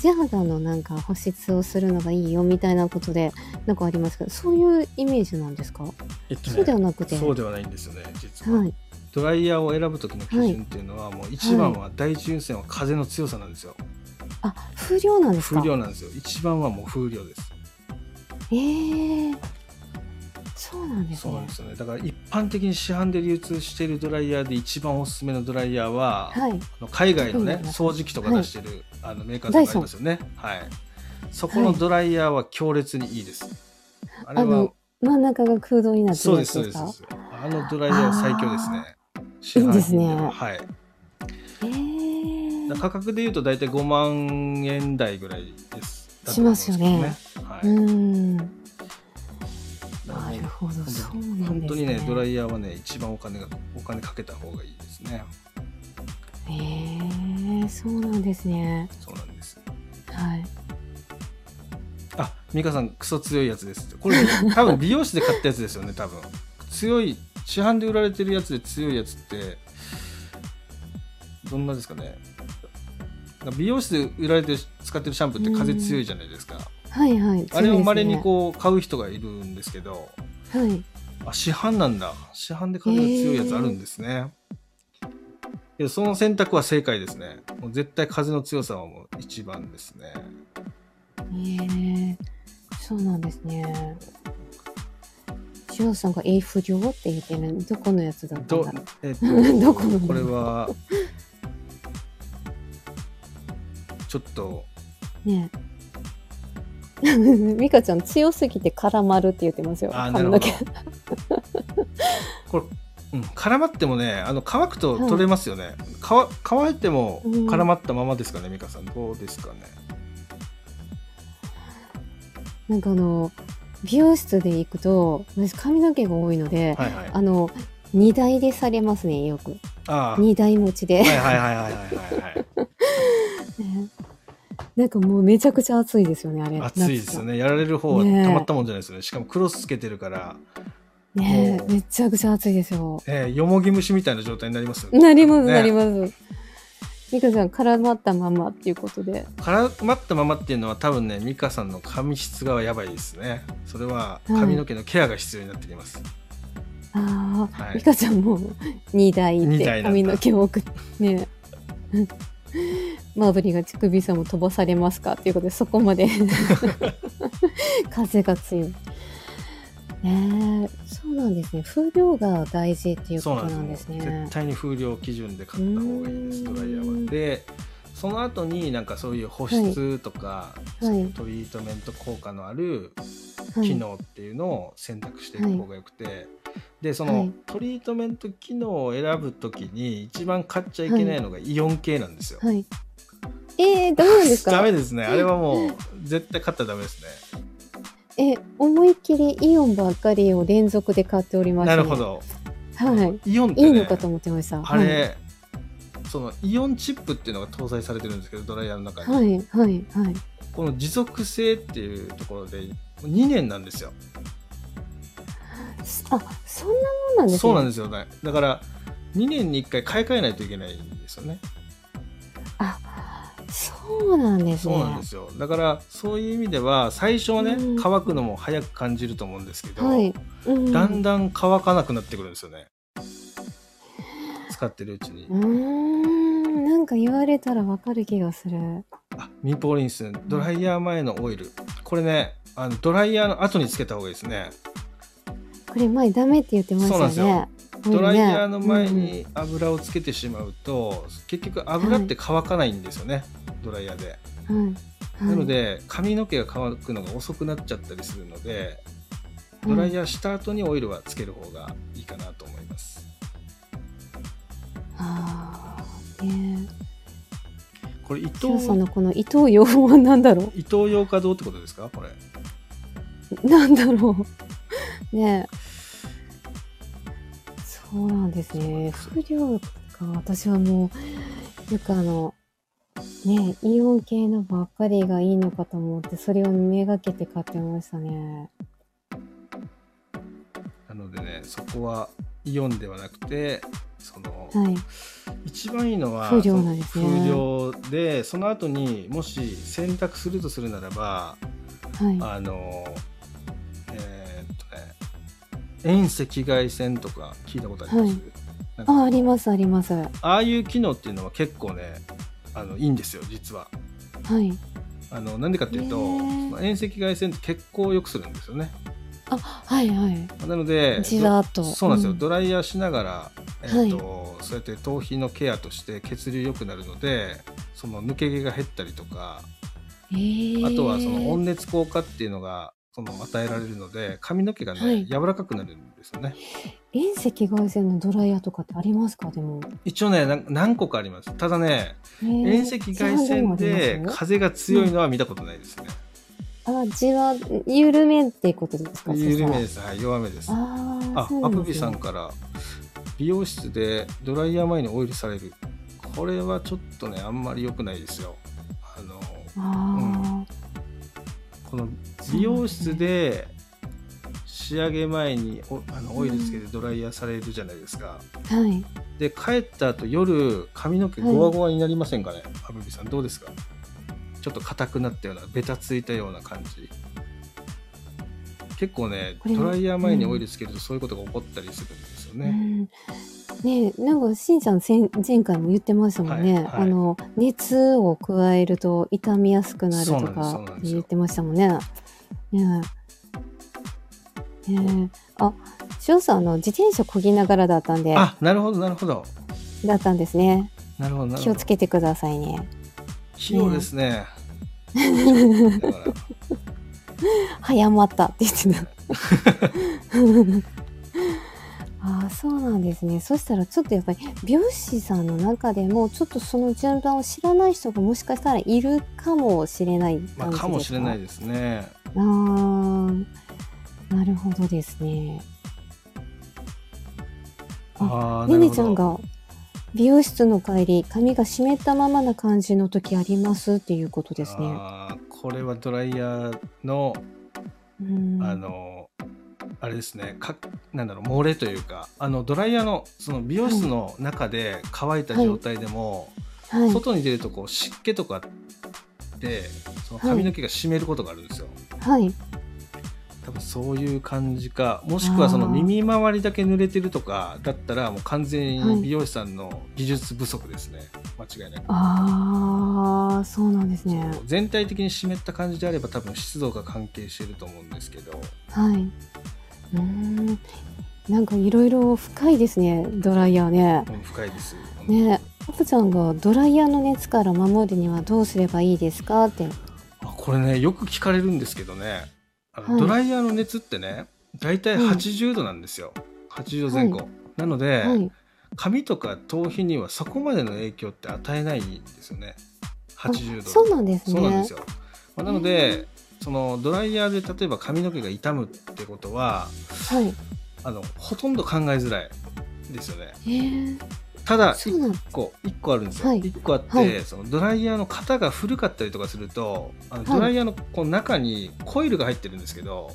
A: 地肌のなんか保湿をするのがいいよみたいなことでなんかありますけどそういうイメージなんですか、
B: えっとね
A: そうではなくて
B: そうではないんですよね実は、
A: はい
B: ドライヤーを選ぶ時の基準っていうのは、もう一番は第一優先は風の強さなんですよ、
A: あ風量なんですか
B: 風量なんですよ一番はもう風量です
A: えー、そうなんです
B: そうな
A: ね
B: んですよねだから一般的に市販で流通しているドライヤーで一番おすすめのドライヤーは、あ
A: はい
B: の海外のね
A: 海外の
B: 掃除機とか出してる、あのメーカーとかありますよねはいそこのドライヤーは強烈にいいです、あれ
A: あ
B: は
A: の真ん中が空洞になって
B: そ
A: る
B: うで
A: や
B: す
A: つ
B: そう
A: で
B: ですす
A: か
B: そうですあのドライヤーは最強ですね市
A: いいですね
B: 販品ははいだか
A: えー
B: ら価格でいうと大体5万円台ぐらいですだと
A: し
B: 思うん
A: ま
B: です
A: よ
B: けど
A: ね
B: は
A: う
B: い、
A: ーんな
B: だから
A: るほどそうなんですね
B: 本当にねドライヤーはね一番お金がお金かけた方がいいですね
A: えー、そうなんですね
B: そうなんです
A: はい
B: あ、美香さん、クソ強いやつですって。これ、多分美容師で買ったやつですよね、多分。強い、市販で売られてるやつで強いやつって、どんなですかね。美容室で売られてる使ってるシャンプーって風強いじゃないですか。
A: はいはい
B: あれをま
A: ま
B: れにこう買う人がいるんですけど、
A: う、はい
B: あ、市販なんだ。市販で風が強いやつあるんですね。いやその選択は正解ですね。もう絶対風の強さはもう一番ですね。
A: ええそうなんですね。市ジローさんが「え不良」って言ってるどこのやつだったん
B: ど
A: だろう
B: えっと
A: どこの
B: これはちょっと
A: ね え美香ちゃん強すぎて絡まるって言ってますよ
B: あーな
A: 髪
B: る
A: の
B: ほど
A: 毛
B: これ、うん、絡まってもねあの乾くと取れますよね、乾乾いても
A: うん
B: 絡まったままですかね、美香さんどうですかね
A: なんかあの美容室で行くと私髪の毛が多いので、
B: はいはい
A: あの荷台でされますねよく
B: あー
A: 荷台持ちで
B: はいはいはいはいはいはい
A: ね なんかもうめちゃくちゃ暑いです よねあれ
B: 暑いですよねやられる方は
A: ねえ
B: たまったもんじゃないですよねしかもクロスつけてるから、
A: 夏がね
B: もう
A: えめちゃくちゃ暑いですよ
B: えーよもぎ虫みたいな状態になりますよね
A: なります、
B: ね
A: なります美香ちゃん絡まったままっていうことで
B: 絡まったままっていうのは多分ね美香さんの髪質がやばいですねそれは
A: はい
B: 髪の毛のケアが必要になってきます、
A: ああ、
B: はい
A: 美香ちゃんも2台っ
B: 二
A: て
B: 台
A: 髪の毛を送ってねえマーブリーが乳首さんも飛ばされますかっていうことでそこ まで風が強いねえそうなんですね風量が大事っていう
B: そう
A: こと
B: な
A: なん
B: ん
A: で
B: ですす
A: ね
B: よ絶対に風量基準で買った方がいいです
A: うーん
B: ドライヤーはでその後になんかそういう保湿と
A: は
B: か、
A: い
B: トリートメント効果のある
A: はい
B: 機能っていうのを選択していく方がよくて、でそ
A: はい
B: のトリートメント機能を選ぶときに一番買っちゃいけないのがイオン系なんですよ、
A: はい。えー、ダメなんですか
B: ダメですねあれはもう絶対買ったらダメですね
A: え、思いっきりイオンばっかりを連続で買っておりました、
B: なるほ。ど
A: はい。
B: イオンって、
A: い
B: ね、
A: いのかと思ってました。
B: あれ、そのイオンチップっていうのが搭載されてるんですけどドライヤーの中に、
A: はい、はい、はい。
B: この持続性っていうところで2年なんですよ
A: あ、そんなもんなんですね。
B: そうなん
A: で
B: ですよねだから2年に1回買い替えないといけないんですよね
A: す。あ、そうなんですね。
B: そうなんですよだからそういう意味では最初はね
A: うん
B: 乾くのも早く感じると思うんですけど、
A: はい。うん
B: だんだん乾かなくなってくるんですよね使ってるうちに
A: うーん、なんか言われたらわかる気がする。
B: あミンポリンスドライヤー前のオイルこれねあのドライヤーの後につけた方がいいですね
A: これ前ダメって言ってましたよね。
B: そうな
A: 多いね
B: ドライヤーの前。に油をつけてしまうと、結局油って乾かないんですよね、ドライヤーで、
A: うんうんはい。
B: なので髪の毛が乾くのが遅くなっちゃったりするのでドライ
A: ヤ
B: ヤーした後にオイルはつける方がいいかなと思います、
A: ー。あーね
B: これ伊
A: え
B: 藤
A: ショウさんのこの伊藤洋はなんだろう
B: 伊藤洋華堂ってことですかこ れ
A: なんだろう。ねえ。そうなんですね。不良か、私はもう、よくあの、ねえ、イオン系のばっかりがいいのかと思って、それをめがけて買ってましたね。
B: なのでねそこはイオンではなくてその、
A: はい。
B: 一番いいのは
A: 風量なんですね
B: その風量でその後にもし洗濯するとするならば
A: は
B: あのえーっとね遠赤外線とか聞いたことあります、
A: はい
B: なん
A: い。
B: か
A: あ、あります、あります。は。
B: ああいう機能っていうのは結構ねあのいいんですよ実はいあのなんでかっていうと、
A: へー
B: その遠赤外線って血行を良くするんですよね
A: あ、はい、はい。
B: なので
A: じわっと。
B: そうなんですよ、
A: ん
B: ドライヤーしながら、えーとそうやって頭皮のケアとして血流良くなるのでその抜け毛が減ったりとか
A: えー
B: あとはその温熱効果っていうのがその与えられるので髪の毛がね、
A: はい
B: 柔らかくなるんですよね
A: 遠赤外線のドライヤーとかってありますかでも。
B: 一応ねなん何個かありますただね
A: 遠
B: 遠赤外線で風が強いのは見たことないですね、
A: あ、じわ、緩めってことですか。
B: 緩め
A: そし
B: ですはい弱めです
A: た
B: あ
A: らあー
B: ア
A: そうなん
B: プ
A: で
B: ビ
A: す
B: さ
A: ね
B: んから美容室でドライヤー前にオイルされるこれはちょっとねあんまり良くないですよあの
A: あ
B: この美容室で仕上げ前におあのオイルつけてドライヤーされるじゃないですか、
A: ー、はい。
B: で帰った後夜髪の毛ゴワゴワになりませんかね、アブビさんどうですかちょっと硬くなったようなベタついたような感じ結構ね
A: これ
B: ドライヤー前にオイルつけるとそういうことが起こったりするんですよね、
A: うん、ねえなんかしんちゃん前前回も言ってましたもんね、
B: はいはい
A: あの熱を加えると傷みやすくなると
B: そうなんですそう
A: か
B: なんですよ
A: 言ってましたもんねねええー、あ、しおんさん、あの、自転車こぎながらだったんで、
B: あなるほどなるほど
A: だったんですね。
B: なるほどなるほど
A: 気をつけてくださいね。
B: 器用ですね、だから
A: 早まったって言ってた。ああそうなんですねそしたらちょっとやっぱり美容師さんの中でもちょっとその順番を知らない人がもしかしたらいるかもしれない
B: ま
A: 感
B: あ、
A: じです
B: かもしれないですね
A: あーなるほどですね
B: あー
A: ね
B: なる
A: ね
B: ほ
A: ちゃ
B: ど
A: んが美容室の帰り髪が湿ったままな感じの時ありますっていうことですね
B: あーこれはドライヤーの
A: うん
B: あのあれですねかなんだろう漏れというかあのドライヤーのその美容室の中で乾いた状態でも、
A: はい
B: 外に出るとこう湿気とかでその髪の毛が湿ることがあるんですよ、
A: はい
B: 多分そういう感じかもしくはその
A: あー
B: 耳周りだけ濡れてるとかだったらもう完全
A: は
B: に
A: い
B: 美容師さんの技術不足ですね間違いなく。
A: ああそうなんですね
B: そう全体的に湿った感じであれば多分湿度が関係してると思うんですけど
A: はい。うーん。なんかいろいろ深いですね、ドライヤーね。
B: うん深いです。
A: ね、アプちゃんがドライヤーの熱から守るにはどうすればいいですかって。
B: あこれねよく聞かれるんですけどねあの、
A: はい
B: ドライヤーの熱ってね大体
A: はい
B: 80度なんですよ、80度前後、
A: は
B: なので、
A: はい。
B: 髪とか頭皮にはそこまでの影響って与えないんですよね80
A: あ
B: 度
A: そうなんですね。
B: そうなんですよ、まあ、なのでそのドライヤーで例えば髪の毛が傷むってことは
A: はい。
B: あのほとんど考えづらいですよね
A: えー、
B: ただ
A: そうなん。
B: 1個一個あるんですよ、
A: は
B: 一
A: い
B: 個あって、
A: はい
B: そのドライヤーの型が古かったりとかするとあの
A: はい
B: ドライヤーのこの中にコイルが入ってるんですけど、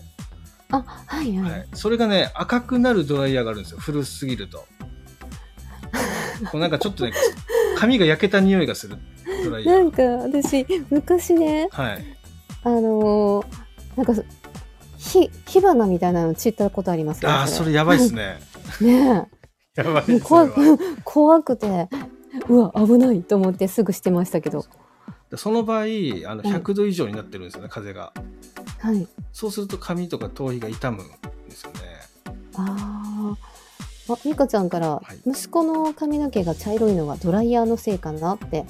A: あ、はいはい。
B: はい、それがね赤くなるドライヤーがあるんですよ古すぎるとこうなんかちょっとね髪が焼けた匂いがするドライヤ
A: な
B: ー
A: んか私昔ね、
B: はい
A: あのーなんかそ火火花みたいなの散ったことありますよ
B: あーそれやばいですね
A: ね
B: やばい
A: え、も
B: で
A: う
B: すそれ
A: 怖
B: は
A: く怖くて、うわ危ないと思ってすぐしてましたけど。
B: その場合あの100度以上になってるんですよね風が
A: はい。
B: そうすると髪とか頭皮が傷むんですよね
A: あーあ、美香ちゃんから
B: はい
A: 息子の髪の毛が茶色いのはドライヤーのせいかなって。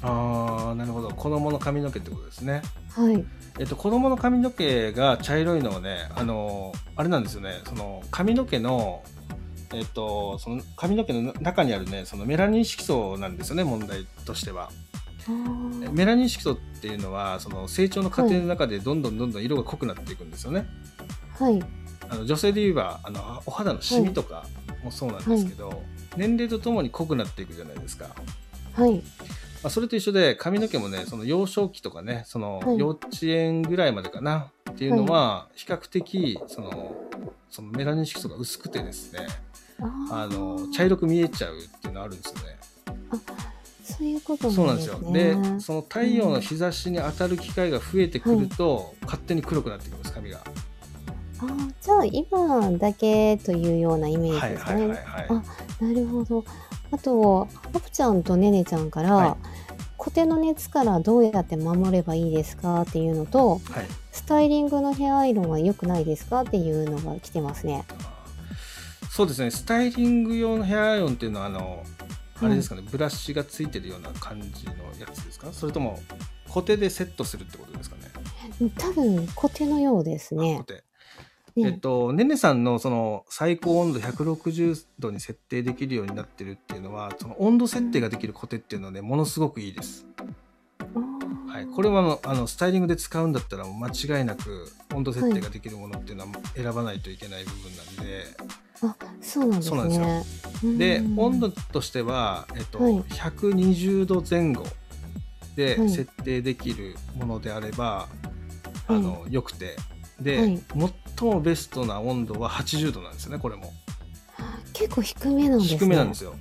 B: ああなるほど子供の髪の毛ってことですね
A: はい。
B: えっと、子供の髪の毛が茶色いのはね、あのあれなんですよね、その髪の毛の、えっと、その髪の毛の中にあるね、そのメラニン色素なんですよね、問題としては。えメラニン色素っていうのは、その成長の過程の中でどんどんどんどん色が濃くなっていくんですよね。
A: はい。
B: あの女性で言えばあの、お肌のシミとかもそうなんですけど、年齢とともに濃くなっていくじゃないですか。
A: はい。
B: まあ、それと一緒で髪の毛もねその幼少期とかねその
A: はい
B: 幼稚園ぐらいまでかなっていうのは比較的そのそのメラニン色素が薄くてですねあの茶
A: 色。
B: 色く見えちゃうっていうのあるんですよね。
A: そういうこと
B: そう
A: な
B: なん
A: ん
B: で
A: ですす
B: よ。
A: ね。
B: でその太陽の日差しに当たる機会が増えてくると、勝手に黒くなってきます髪が。
A: あーじゃあ今だけというようなイメー
B: は
A: ジですね。
B: いはいはいはい。
A: あなるほど。あと、アプちゃんとねねちゃんから、
B: はい
A: コテの熱からどうやって守ればいいですかっていうのと、
B: はい
A: スタイリングのヘアアイロンは良くないですかっていうのが来てますね。
B: そうですねスタイリング用のヘアアイロンっていうのはあの、あれですかねブラシがついてるような感じのやつですかそれともコテでセットするってことですかね
A: 多分コテのようです
B: コ
A: ね。
B: テえっ
A: ね
B: とねねさんのその最高温度160度に設定できるようになってるっていうのはその温度設定ができるコテっていうのはねものすごくいいです、はい、これはあのあのスタイリングで使うんだったらもう間違いなく温度設定ができるものっていうのは選ばないといけない部分なんで、
A: そうなんです
B: そうなんです
A: ね。うん
B: で温度としては、えっと
A: はい
B: 120度前後で
A: はい
B: 設定できるものであれば、
A: はい
B: あのよくてで、
A: はい
B: 最もベストな温度は80度なんですよねこれも、
A: 結構低めなんですね。
B: 低めなんですよ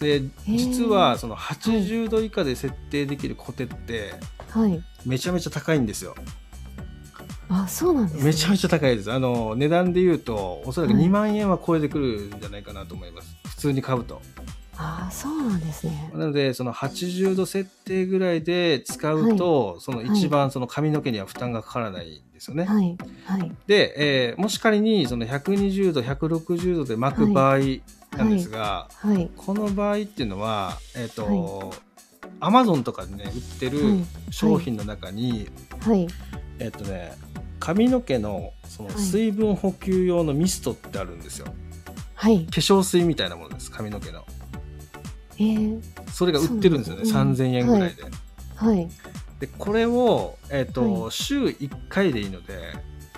B: で
A: ー
B: 実はその80度以下で設定できるコテって
A: はい。
B: めちゃめちゃ高いんですよ
A: あ、そうなんです、ね。
B: めちゃめちゃ高いですあの値段で言うとおそらく
A: はい
B: 2万円は超えてくるんじゃないかなと思います、普通に買うと
A: ああ、そうなんですね。
B: なのでその80度設定ぐらいで使うと、その一番その髪の毛には負担がかからないんですよね。
A: はい、はい、
B: で、えーもし仮にその120度160度で巻く場合なんですが、
A: はい、
B: この場合っていうのはえっ、と、
A: は
B: Amazon とかでね売ってる
A: はい
B: 商品の中に、
A: はい。
B: えっ、とね髪の毛のその
A: はい
B: 水分補給用のミストってあるんですよ、
A: はい。
B: 化粧水みたいなものです髪の毛の
A: えー、
B: それが売ってるんですよね、
A: そうなんですね
B: 3000円ぐらいで、
A: はい、
B: でこれを、えっと
A: は
B: 週1回でいいので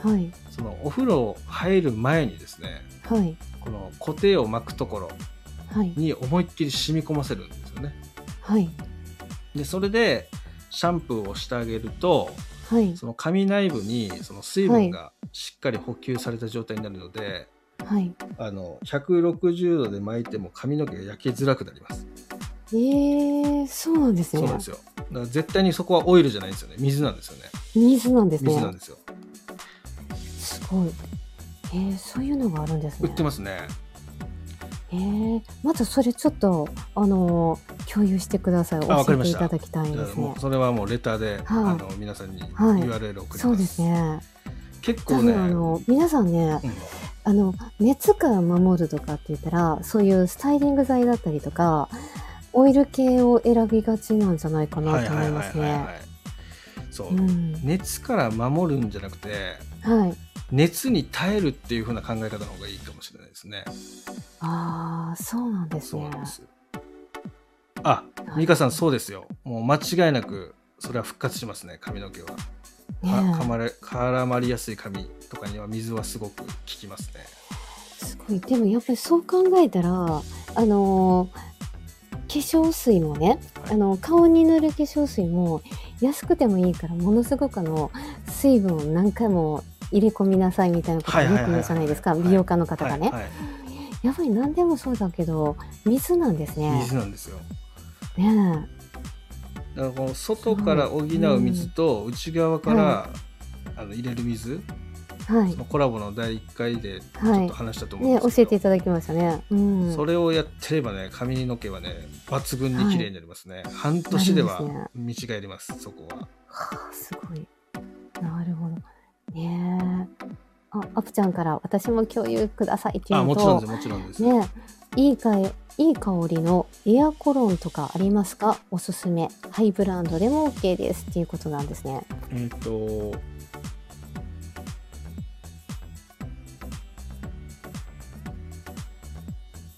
A: はい、
B: そのお風呂入る前にですね
A: はい、
B: この固定を巻くところ
A: はい、
B: に思いっきり染み込ませるんですよね
A: はい、
B: でそれでシャンプーをしてあげると
A: はい、
B: その髪内部にその水分がしっかり補給された状態になるので、
A: はい。
B: あの160度で巻いても髪の毛が焼けづらくなります
A: えー、そうなんです
B: そう
A: ね
B: なんで。すよだから絶対にそこはオイルじゃないんですよね水なんですよね
A: 水なんですね。
B: 水なんですよ
A: すごい。えー、そういうのがあるんです
B: 売
A: ね。
B: ってますね
A: えー、まずそれちょっと、あのー共有してください。
B: わか
A: 教
B: り
A: え
B: ま
A: て
B: し
A: い
B: た
A: ただきたいん
B: じゃ
A: で
B: あ
A: す
B: も
A: ね
B: う。それはもうレターで、
A: はい
B: あの皆さんに
A: はい
B: URL 送ります、
A: そうですね。
B: 結構
A: 多
B: ね
A: 分あの皆さんね、
B: うん
A: あの熱から守るとかって言ったら、そういうスタイリング剤だったりとか、オイル系を選びがちなんじゃないかなと思いますね。
B: そう、
A: うん
B: 熱から守るんじゃなくて
A: はい。
B: 熱に耐えるっていう風な考え方の方がいいかもしれないですね
A: ああ、そうなんです
B: そう
A: ね
B: なん。ですあ美香さんそうですよもう間違いなくそれは復活しますね髪の毛は、
A: ね
B: か
A: え
B: かまれ絡まりやすい髪とかには水はすごく効きますね
A: すごい。でもやっぱりそう考えたら、あのー化粧水もね、
B: はい
A: あの顔に塗る化粧水も安くてもいいからものすごくあの水分を何回も入れ込みなさいみたいなことをよく言うじゃないですか
B: はいはいはいはい
A: 美容家の方がね、
B: はいはい
A: やっぱり何でもそうだけど水なんですね
B: 水なんですよ
A: ね
B: だからこの外から補う水と内側から、あの入れる水、
A: えは
B: そ
A: い
B: のコラボの第1回でち
A: は
B: ょっ
A: い
B: と話したと思うん
A: ね
B: で
A: 教
B: す
A: え
B: けど、
A: ていただきましたねうん
B: それをやってればね髪の毛はね抜群に綺麗になりますね、半年で
A: なりま
B: は見違えりますそこは
A: はあすごいなるほどねえあアプちゃんから私も共有くださいっていう
B: あ
A: のと
B: もちろんですもちろんです、
A: ねえいいかいいい香りのエアコロンとかありますかおすすめハイブランドでも OK ですっていうことなんですね
B: えっ、と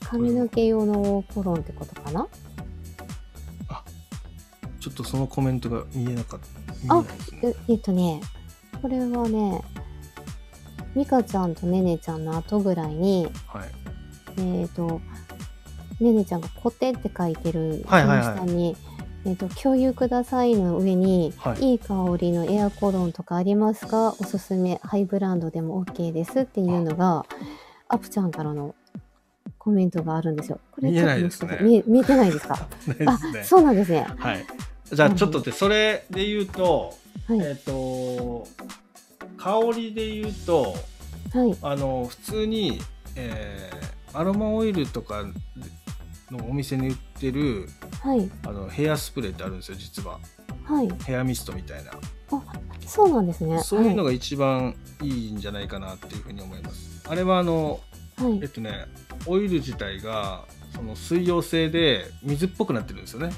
A: 髪の毛用のコロンってことかな
B: ちょっとそのコメントが見えなかった
A: あ
B: 見えないですね
A: ええっとねこれはねミカちゃんとネネちゃんの後ぐらいに
B: はい
A: えっ、とネネちゃんが「コテ」って書いてるそ
B: はいはい
A: の
B: はい
A: 下に「えっと共有ください」の上に「
B: はい
A: いい香りのエアコロンとかありますかおすすめハイブランドでも OK ですっていうのがアプちゃんからのコメントがあるんですよ。これ
B: 見えない
A: ちょ
B: で
A: っ
B: す
A: と
B: ね
A: 見え見えてないですか
B: ない
A: あ
B: ですね
A: そうなんですね。
B: はいじゃあちょっとでそれで言うと
A: はい、
B: えっ、と香りで言うと
A: はい、
B: あの普通に、えーアロマオイルとかのお店に売ってる
A: はい、
B: あのヘアスプレーってあるんですよ実は
A: はい。
B: ヘアミストみたいな
A: そうなんですね。
B: そういうのが一番いいんじゃないかなっていうふうに思いますあれはあの
A: はい、はい
B: えっとねオイル自体がその水溶性で水っぽくなってるんですよね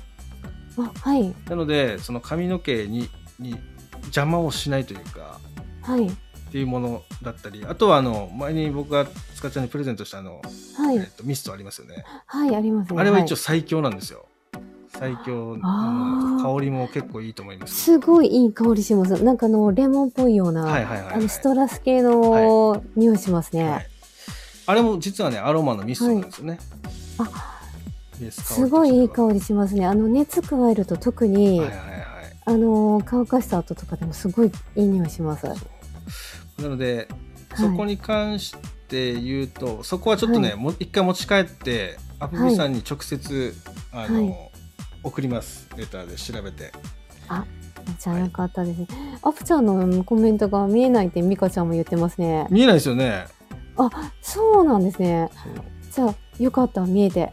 A: あはい、
B: なのでその髪の毛にに邪魔をしないというか
A: はい、
B: っていうものだったりあとはあの前に僕が塚ちゃんにプレゼントしたあの、
A: は
B: えっ
A: い、
B: と、ミストありますよね
A: はい、ありますね。
B: あれは一応
A: い
B: 最強なんですよ最強
A: あ
B: の
A: ー
B: 香りも結構いいと思います
A: すごいいい香りします。なんかあのレモンっぽいような、
B: はいはいはい、はい、
A: あのストラス系の匂いしますね。
B: はいあれも実はねアロマのミストなんですよね、
A: はい
B: ベース香
A: す
B: りと
A: ご
B: してはい
A: いい香りしますね。あの熱加えると特に、
B: はいはいはい
A: あのー乾かした後とかでもすごいいい匂いします。は
B: なので、そこに関して言うとそこはちょっとね、
A: はい
B: もう一回持ち帰ってアプビさんに直接、あの、送りますレターで調べて
A: じゃあよかったですね。アプちゃんのコメントが見えないってミカちゃんも言ってますね。
B: 見えないですよね
A: そうなんですね。じゃあよかった見えて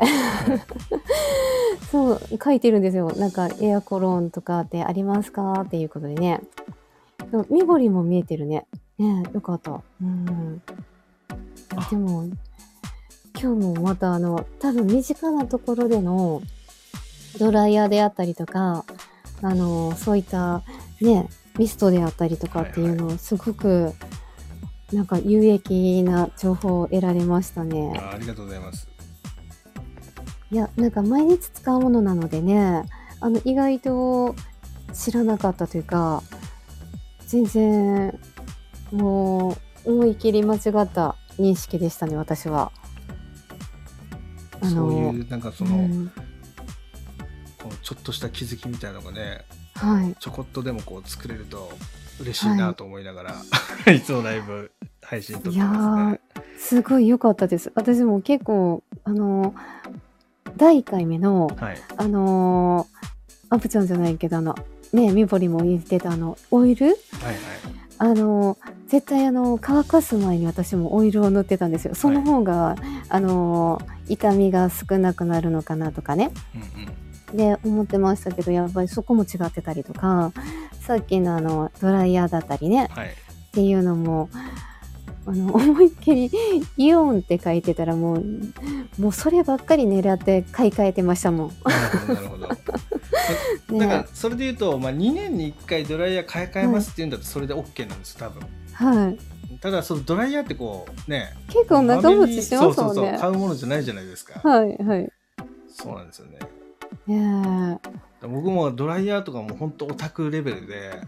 A: そう書いてるんですよなんかエアコロンとかってありますかっていうことでねそう緑も見えてるねねよかったうんいや
B: あ
A: でも今日もまたあの多分身近なところでのドライヤーであったりとかあのそういったねミストであったりとかっていうのをすごくなんか有益な情報を得られましたね。
B: あありがとうございます。
A: いや、なんか毎日使うものなのでね、あの、意外と知らなかったというか、全然、もう、思い切り間違った認識でしたね、私は。あ
B: そ
A: の、
B: ういうなんかそうの、
A: ん
B: こうちょっとした気づきみたいなのがね
A: はい。
B: ちょこっとでもこう作れると嬉しいなと思いながら、い、つもライブ配信撮ってますね。
A: すごい良かったです。私も結構、あの、第1回目の、
B: はい、
A: あのアプちゃんじゃないけど、あの、ね、みぼりも言ってた、あの、オイル
B: はいはい
A: あの絶対あの乾かす前に私もオイルを塗ってたんですよその方が、あの痛みが少なくなるのかなとかね
B: うんうん
A: で思ってましたけどやっぱりそこも違ってたりとかさっきのあのドライヤーだったりね
B: はい
A: っていうのもあの 思いっきりイオンって書いてたらもうもうそればっかり狙って買い替えてましたもん。
B: なるほどなるほど。
A: ね
B: だからそれで言うと、まあ、2年に1回ドライヤー買い替えますっていうんだとそれで OK なんです多分
A: はい、
B: ただそのドライヤーってこうね
A: 結構長持ちし
B: そ
A: ま
B: う
A: す
B: そ
A: も
B: うんそう
A: ね。
B: 買うものじゃないじゃないですか、
A: はいはい。
B: そうなんですよね
A: ね
B: 僕もドライヤーとかも本当オタクレベルで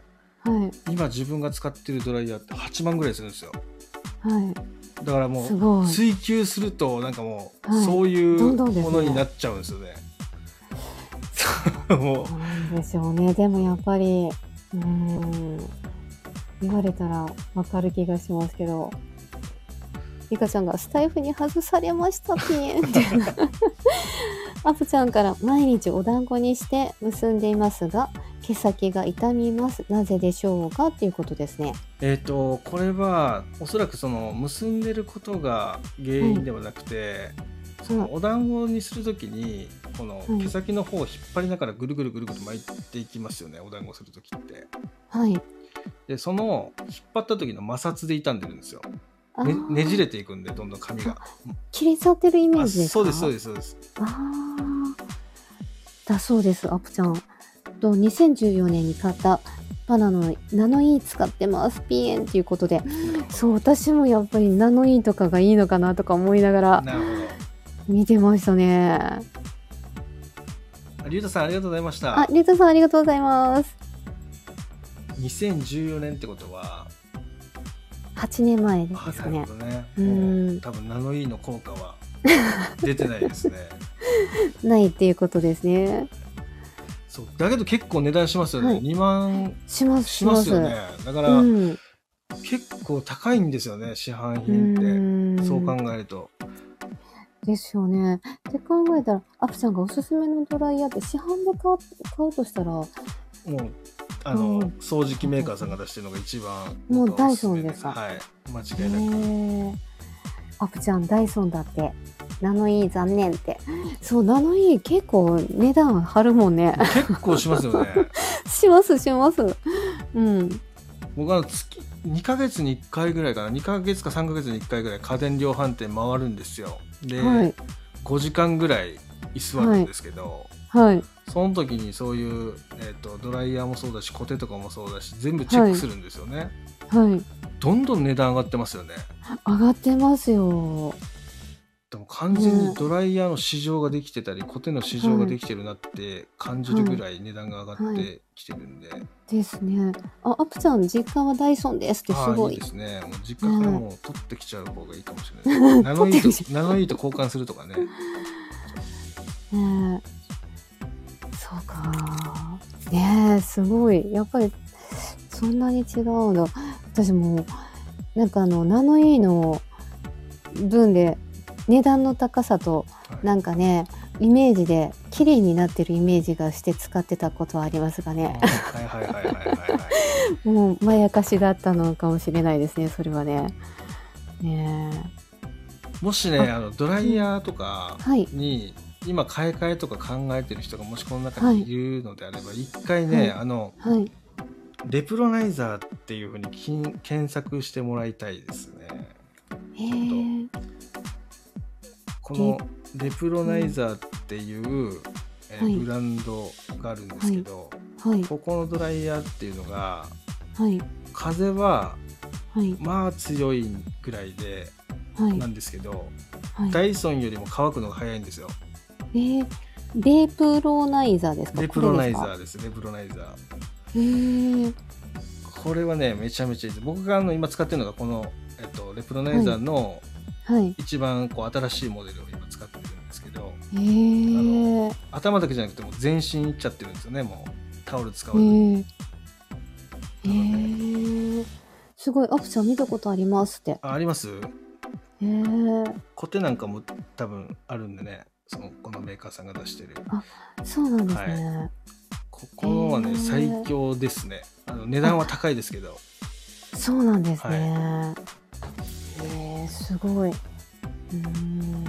A: えはい
B: 今自分が使ってるドライヤーって8万ぐらいするんですよ
A: はい。
B: だからも
A: す
B: う
A: ごい。
B: 追求するとなんかもう、
A: はい
B: そういう
A: どんどんですね
B: ものになっちゃうんですよね。 そうもう
A: そうなんでしょうね。でもやっぱり、うーん、言われたらわかる気がしますけど、ゆかちゃんがスタイフに外されました、ピエンって。アプちゃんから毎日お団子にして結んでいますが、毛先が痛みます。なぜでしょうかっていうことですね。
B: えー、とこれはおそらくその結んでることが原因ではなくて、そのお団子にするときにこの
A: うん
B: 毛先の方を引っ張りながらぐるぐるぐるぐる巻いていきますよねお団子するときって。
A: はい。
B: でその引っ張った時の摩擦で傷んでるんですよ、
A: あ
B: ね
A: ー、
B: ねじれていくんでどんどん髪が。
A: 切れちゃってるイメー
B: あ
A: ジですか
B: そうですそうですそうです。
A: ああだそうですアプちゃんと2014年に買ったバナナのナノイー使ってますピエンっていうことでそう私もやっぱりナノイーとかがいいのかなとか思いながら
B: なるほど。
A: 見てましたね
B: あリュウタさんありがとうございまし
A: あ
B: た。
A: リトさんありがとうございます
B: 2014年ってことは、
A: 8年前で
B: あ
A: すかね
B: なるほどね。
A: うん
B: もう多分ナノイーの効果は出てないですね。
A: ないっていうことですね
B: そうだけど結構値段しますよね。
A: はい
B: 2万
A: します
B: しますよね。だか
A: う
B: ら、
A: ん
B: 結構高いんですよね市販
A: う
B: 品って。
A: ん
B: そう考えると。
A: ですよね。って考えたらアプちゃんがおすすめのドライヤーって市販で買う買うとしたら
B: もうあの、
A: うん
B: 掃除機メーカーさんが出してるのが一番
A: もう
B: 僕はおすすめ
A: ダイソンですか
B: はい間
A: へ
B: 違いなく、
A: ーアプちゃんダイソンだってナノイー残念ってそうナノイー結構値段張るもんね
B: 結構しますよね
A: しますしますうん
B: 僕は月2ヶ月に1回ぐらいかな2ヶ月か3ヶ月に1回ぐらい家電量販店回るんですよで、
A: はい
B: 5時間ぐらい居座るんですけど、
A: はい
B: その時にそういう、えー、とドライヤーもそうだしコテとかもそうだし全部チェックするんですよね、
A: はい
B: どんどん値段上がってますよね
A: 上がってますよ
B: でも完全にドライヤーの市場ができてたり、コテの市場ができてるなって感じるぐらい値段が上がってきてるんで、
A: ですねあアプちゃん実家はダイソンですってす
B: あ
A: ご
B: あ
A: い
B: いいですねもう実家からもう取ってきちゃう方がいいかもしれない、ナノイ
A: 取ってき
B: ーとナノイーと交換するとかね
A: ねえそうかねえすごいやっぱりそんなに違うんだ私もうなんかあのナノイーの分で値段の高さと
B: はい
A: なんかねイメージで綺麗になってるイメージがして使ってたことはありますがね
B: はいはいはいはいはいはい。
A: もうまやかしだったのかもしれないですねそれはねねえ
B: もしねあのドライヤーとか
A: はい。
B: に今買い替えとか考えてる人がもしこの中にいるのであれば一、回ね、
A: はい
B: あの
A: はい。
B: レプロナイザーっていうふうに検検索してもらいたいですね。
A: へえ。
B: このレプロナイザーっていう、えー
A: はい
B: ブランドがあるんですけど、
A: はい。
B: ここのドライヤーっていうのが
A: はい。
B: 風は
A: はい。
B: まあ強いくらいで
A: はい
B: な。んですけど、
A: はい。
B: ダイソンよりも乾くのが早いんですよ。
A: えー、レプロナイザーですか
B: レプロナイザ
A: こ
B: ーですレプロナイザー。
A: れですか
B: これはねめちゃめちゃいいです僕があの今使ってるのがこの、えっと、レプロナイザーの
A: へえ。はい。
B: 一番こう新しいモデルを今使ってるんですけど、
A: へえ。
B: 頭だけじゃなくてもう全身いっちゃってるんですよねもうタオル使わずに。
A: へえ。へえ。すごい、アプちゃん見たことありますって。
B: ああります
A: へえ。
B: コテなんかも多分あるんでねそのこのメーカーさんが出してる
A: そうなんですね。
B: ここはね、
A: へー
B: 最強ですねあの値段は高いですけど
A: そうなんですね。えー、すごい。うーん。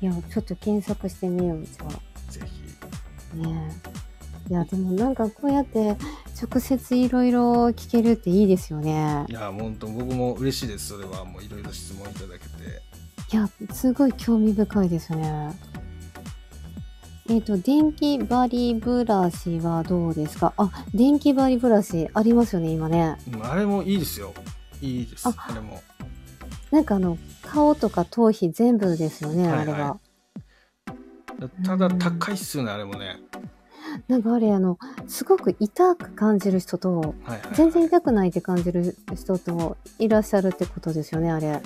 A: いや、ちょっと検索してみよう、じゃあ。
B: ぜひ
A: ねえいや、でもなんかこうやって直接いろいろ聞けるっていいですよね
B: い。やもう本当僕も嬉しいですそれはもういろいろ質問いただけて
A: いや、すごい興味深いですね。えっ、と、電気バリブラシはどうですかあ、電気バリブラシありますよね、今ね。
B: うんあれもいいですよいいですあ
A: あ
B: れも
A: なんかあの、顔とか頭皮全部ですよね、
B: はいはい
A: あれは。
B: ただ
A: うん
B: 高いっすよねあれもね
A: なんかあれあのすごく痛く感じる人と
B: はいはい、はい、
A: 全然痛くないって感じる人といらっしゃるってことですよねあれ。はい。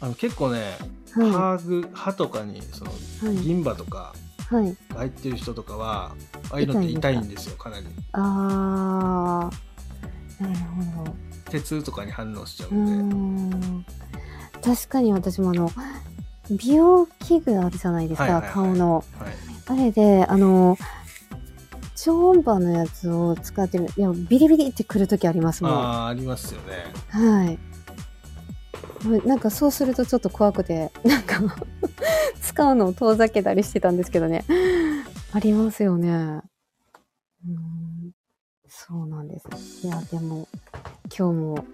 B: あの結構ね
A: は
B: 歯ぐ歯とかにその
A: い。
B: 銀歯とか
A: はい、
B: が入ってる人とかはああいうのって痛
A: 痛い
B: い
A: んですか
B: んですよかなり
A: あーなるほど。
B: 鉄とかに反応しちゃう
A: うん
B: で、
A: ーん。確かに私もあの美容器具あるじゃないですか、
B: はいはいはい
A: 顔の。
B: はい
A: あれであの超音波のやつを使ってるいやビリビリってくるときありますもん。
B: ああありますよね
A: はい。もうなんかそうするとちょっと怖くて、なんか 使うのを遠ざけたりしてたんですけどね。ありますよね。うーん。そうなんです。いや、でも、今日も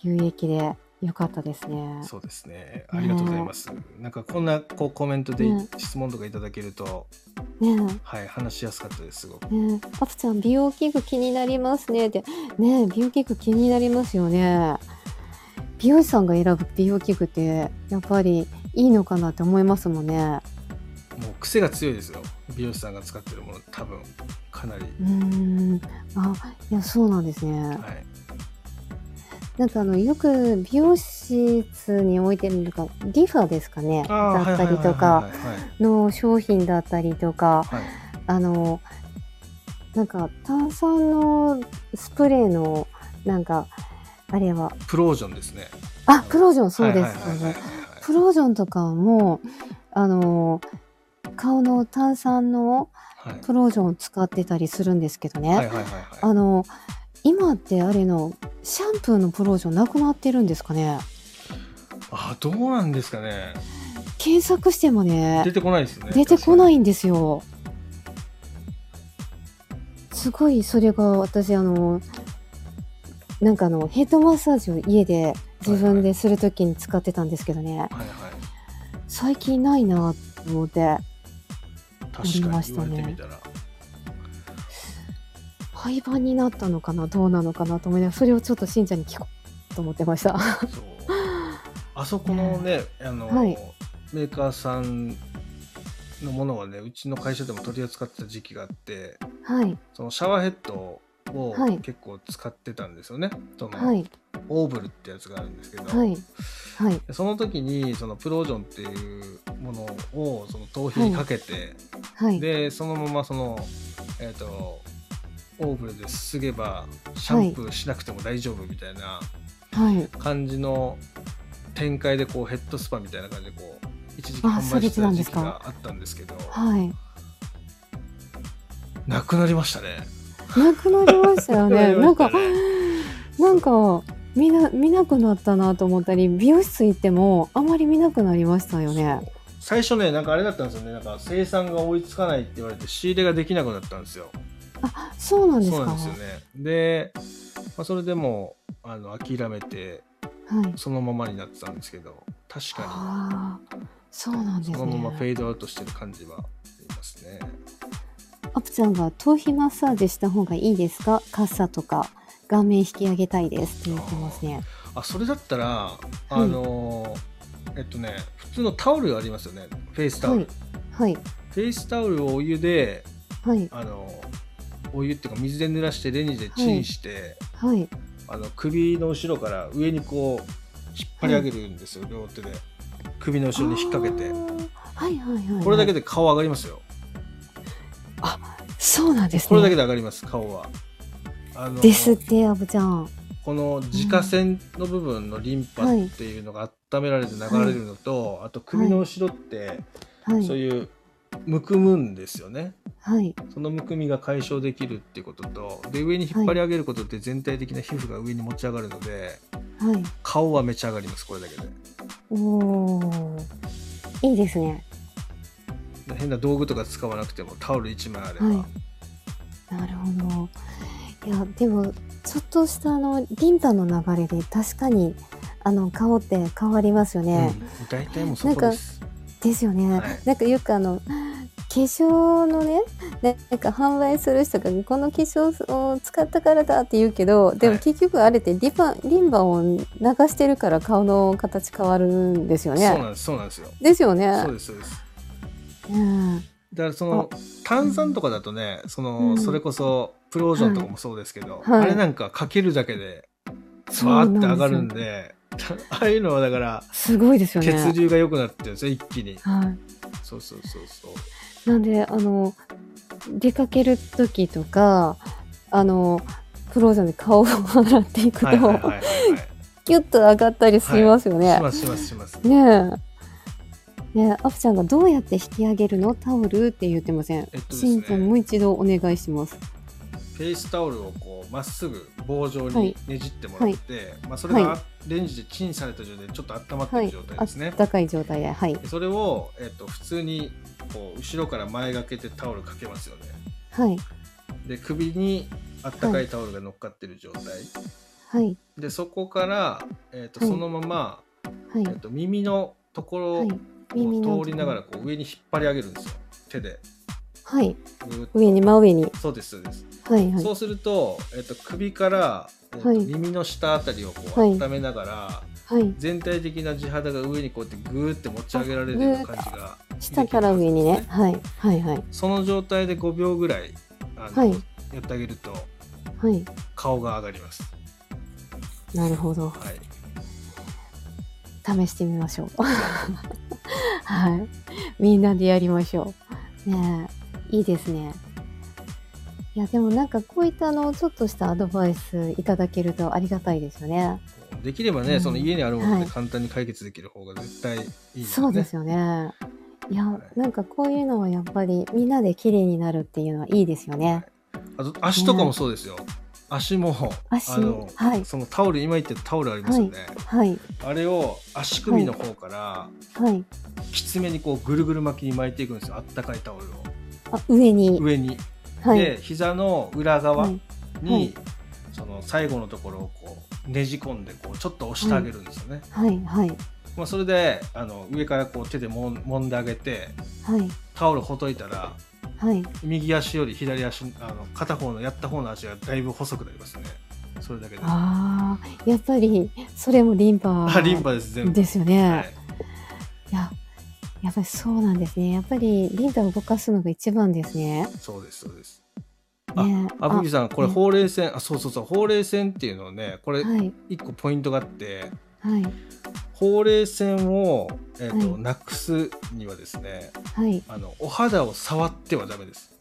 A: 有益で良かったですね。
B: そうですねありがとうございます、なんかこんなこうコメントで
A: ね
B: 質問とかいただけると、
A: ね
B: はい話しやすかったですすごく
A: え、ねえ、パプちゃん、美容器具気になりますねって。ねえ、美容器具気になりますよね。美容師さんが選ぶ美容器具って、やっぱりいいのかなって思いますもんね。
B: もう癖が強いですよ美容師さんが使ってるもの多分かなり、
A: うーんあいやそうなんですね。
B: はい
A: なんかあのよく美容室に置いてるのがリファですかね
B: あ
A: だ
B: ー
A: ったりと
B: は
A: か
B: いはいはい
A: の商品だったりとか
B: はいはい
A: あのなんか炭酸のスプレーのなんかあれは
B: プロージョンですね
A: あクロージョンそうです、
B: はいはいはいはいはい
A: プロージョンとかもあの顔の炭酸の
B: はい
A: プロージョンを使ってたりするんですけどね、
B: はいはいはいはい
A: あの今ってあれのシャンプーのプロージョンなくなってるんですかね
B: あどうなんですかね
A: 検索しても
B: 出
A: ね
B: てこないですね
A: 出てこないいんですよすごいそれが私あのなんかあのヘッドマッサージを家で自分でするときに使ってたんですけどね、
B: はいはい
A: 最近ないなと思って
B: 確
A: あり
B: か
A: ま
B: に
A: し
B: 言
A: た
B: わ
A: ね
B: れてみたら
A: 廃盤になったのかなどうなのかなと思いながらそれをちょっとしんちゃんに聞こうと思ってました
B: そうあそこのね、あの、
A: はい
B: メーカーさんのものはねうちの会社でも取り扱ってた時期があって
A: はい
B: そのシャワーヘッドを
A: はい
B: 結構使ってたんですよね、その
A: はい
B: オーブルってやつがあるんですけど、
A: はいはい
B: でその時にそのプロージョンっていうものをその頭皮にかけて、
A: はい
B: でそのままそのえっ、とオーブルですすげばシャンプーしなくても大丈夫みたいな、
A: はい
B: 感じの展開でこうヘッドスパみたいな感じでこう一時期
A: あ
B: 販売して
A: されてたんで
B: た時
A: す
B: 期
A: か
B: があったんですけど
A: はい
B: なくなりましたね。
A: なくなりましたよね。なんか、
B: なくりまし
A: なんか、見な見なくなったなと思ったり美容室行ってもあまり見なくなりましたよね
B: そう最初ねなんかあれだったんですよねなんか生産が追いつかないって言われて仕入れができなくなったんですよ
A: あそうなんです
B: そう
A: か
B: なんですよねで、まあ、それでもうあの諦めて
A: はい
B: そのままになってたんですけど確か
A: ああそうなんで
B: に
A: す
B: そのままフェ
A: ね
B: ードアウトしてる感じはありますね
A: アプちゃんが頭皮マッサージした方がいいですかカッサとか顔面引き上げたいですって言ってますね
B: あそれだったらあの、えっとね普通のタオルありますよねフェイスタオル、
A: はいはい
B: フェイスタオルをお湯で
A: はい
B: あのお湯っていうか水で濡らしてレンジでチンして、
A: はい
B: あの首の後ろから上にこう引っ張り上げるんですよ、両手で首の後ろに引っ掛けて
A: あーはいはいはいはい
B: これだけで顔上がりますよ
A: そうなんですね
B: これだけで上がります顔はあの
A: ですってアブちゃん
B: この自家腺の部分のリンパっていうのが温められて流れるのと、あと首の後ろって
A: はい
B: そういうむくむんですよね、
A: はい
B: そのむくみが解消できるっていうこととで上に引っ張り上げることで全体的な皮膚が上に持ち上がるので
A: はい
B: 顔はめちゃ上がりますこれだけで
A: おーいいですね
B: で変な道具とか使わなくてもタオル1枚あれば、
A: はいなるほどいやでもちょっとしたあのリンパの流れで確かにあの顔って変わりますよね、
B: うん、大体もうそこです
A: ですよね、
B: はい
A: なんかよくあの化粧のねななんか販売する人がこの化粧を使ったからだって言うけどで
B: は
A: も
B: い
A: 結局あれってリバリンパを流してるから顔の形変わるんですよ
B: そうな
A: ね
B: んですそうなんですよ
A: ですよね
B: そうですそうです
A: うん
B: だからその炭酸とかだとねその、
A: うん
B: それこそプロージョンとかもそうですけど、
A: はいはい
B: あれなんかかけるだけで
A: そうな
B: バー
A: ん
B: っ
A: です
B: て
A: よ
B: 上がるんでああいうのはだから
A: すごいですよね
B: 血流が良くなってるんですよ一気に
A: はい
B: そうそうそう そう
A: なんであの出かける時とかあのプロージョンで顔を洗っていくと、
B: はいはいはいはいはい
A: キュッと上がったりしますよね。
B: しますしますします
A: ねえ。ねえ、アプちゃんがどうやって引き上げるのタオルって言ってません。
B: えっとです
A: しんちゃん
B: ね
A: もう一度お願いします。
B: フェイスタオルをこうまっすぐ棒状
A: は
B: に
A: い
B: ねじってもらって、まあ、それ
A: は
B: がレンジでチンされた状態でちょっと温まって
A: はい
B: る状態
A: あ
B: ですね
A: っ、たかい状態で、はい、
B: でそれを、えっと、普通にこう後ろから前掛けてタオルかけますよね
A: はい、
B: で首にあったかいタオルが乗っかってる状態、
A: はい、
B: でそこから、えっと
A: はい
B: そのまま、
A: はい、
B: えっと耳のところ
A: はい
B: を、
A: 耳の
B: 通りながらこう上に引っ張り上げるんですよ手で
A: はい、
B: ぐーっと
A: 上に真上に、
B: そうですそうです
A: はい、はい
B: そ、うすると、えっと、首から、えっと
A: はい
B: 耳の下あたりをこう
A: はい
B: 温めながら、
A: はい、
B: 全体的な地肌が上にこうやってグーって持ち上げられるような感じが
A: 下から上にね、はい、はい、はい、
B: その状態で5秒ぐらいあの、
A: はい
B: やってあげると
A: はい、
B: 顔が上がります、
A: なるほど。
B: はい、
A: 試してみましょう。 はい。みんなでやりましょう。ねえ、いいですね。いや、でもなんかこういったあの、ちょっとしたアドバイスいただけるとありがたいですよね。
B: できればね、
A: うん
B: その家にあるもの
A: は
B: で
A: い
B: 簡単に解決できる方が絶対いいですね、
A: そうですよね。いや、
B: はい
A: なんかこういうのはやっぱりみんなで綺麗になるっていうのはいいですよね。
B: あと足とかもそうですよ、足も
A: 足
B: あの、
A: はい
B: そのタオル今言ってたタオルありますよね、
A: はい、
B: あれを足首の方から、
A: はい。
B: きつめにこうぐるぐる巻きに巻いていくんですよあったかいタオルを
A: あ、上に。
B: 上に、
A: はい。
B: で膝の裏側
A: は
B: に
A: い、はい
B: その最後のところをこうねじ込んでこうちょっと押してあげるんですよね、
A: はい、はい、
B: まあ、それであの上からこう手でもん揉んであげて
A: はい、
B: タオルほどいたら
A: はい。
B: 右足より左足あの片方のやった方の足がだいぶ細くなりますねそれだけであ
A: ああ、やっぱり、それもリンパ。
B: リンパです全部
A: ですよね。
B: はい
A: いや、やっぱりそうなんですね。やっぱりリンパを動かすのが一番ですね。
B: そうですそうです
A: ね
B: あぶきさんこれ
A: ね
B: ほうれい線あそうそうそうほうれい線っていうのをねこれ
A: はい、
B: 一個ポイントがあって
A: はい、
B: ほうれい線を、えーと
A: はい
B: なくすにはですね
A: はい。
B: あのお肌を触ってはダメです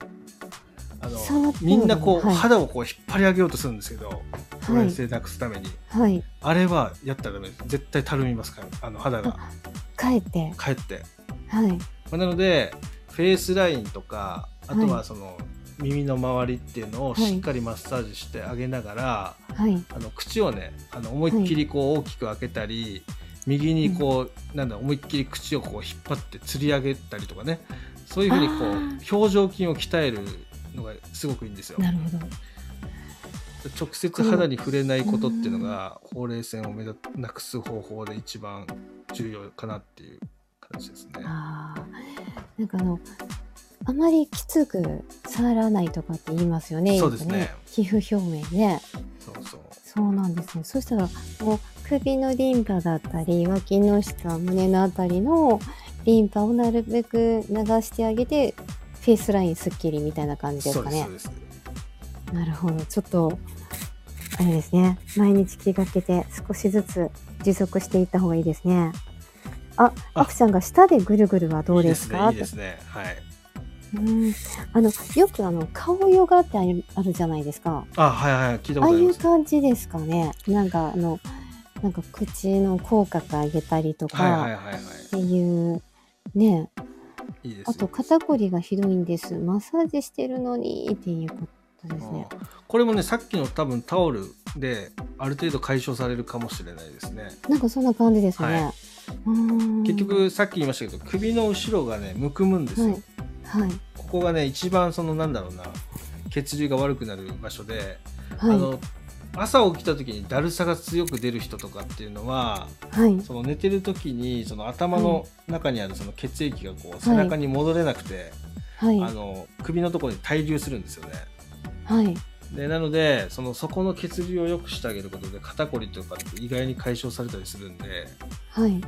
B: あの
A: 触ってはダメ
B: みんなこう、
A: はい
B: 肌をこう引っ張り上げようとするんですけどほう
A: は
B: れい
A: い、
B: 線なくすために、
A: はい。
B: あれはやったらダメです絶対たるみますからあの肌が
A: あ帰って、
B: かえって
A: はい、
B: まあなのでフェイスラインとかあとはその、耳の周りっていうのをしっかりマッサージしてあげながら、
A: はい。
B: あの口をねあの思いっきりこう大きく開けたり、右にこう、なんだ思いっきり口をこう引っ張って吊り上げたりとかねそういうふうにこ
A: あ
B: う表情筋を鍛えるのがすごくいいんですよ。
A: なるほど。
B: 直接肌に触れないことっていうのがほうれい線を目立なくす方法で一番重要かなっていう感じですね。
A: ああ。なんかあの、あまりきつく触らないとかって言いますよね。
B: そうですね
A: よく皮膚表面ね。
B: そうそう
A: そうなんですね。そしたら、もう首のリンパだったり、脇の下、胸のあたりのリンパをなるべく流してあげて、フェイスラインすっきりみたいな感じです
B: そう
A: か
B: です
A: ね
B: そう。です。
A: なるほど。ちょっと、あれですね。毎日気がけて、少しずつ持続していった方がいいですね。あ、
B: あ
A: アクちゃんが舌でぐるぐるはどうですか
B: いいですね。いいですね。はい。
A: うん。あの、よくあの、顔ヨガってあるあるじゃないですか。
B: あはいはい聞いたこ
A: ああ
B: とあ
A: い
B: りま
A: う
B: す。
A: 感じですかね。なんかあの、なんか口の口角上げたりと
B: はいはい
A: か、っ
B: はいは
A: ていう、ね、
B: い。いいです
A: あ
B: ね
A: と肩こりがひどいんです。マッサージしてるのにっていうことですね。
B: あーこれもねさっきの多分タオルである程度解消されるかもしれないですね
A: なんかそんな感じですね。
B: は
A: うーん
B: 結、局さっき言いましたけど首の後ろがねむくむんですよ、
A: はい。はい。
B: ここがね一番そのなんだろうな血流が悪くなる場所で、あ
A: は。
B: の朝起きた時にだるさが強く出る人とかっていうのはい
A: はい。
B: その寝てる時にその頭の中にあるその血液がこう背中に戻れなくて、
A: はい。
B: あの首のところに滞留するんですよね。
A: はい。
B: でなのでそのそこの血流を良くしてあげることで肩こりとかって意外に解消されたりするんで、
A: はい。
B: うん、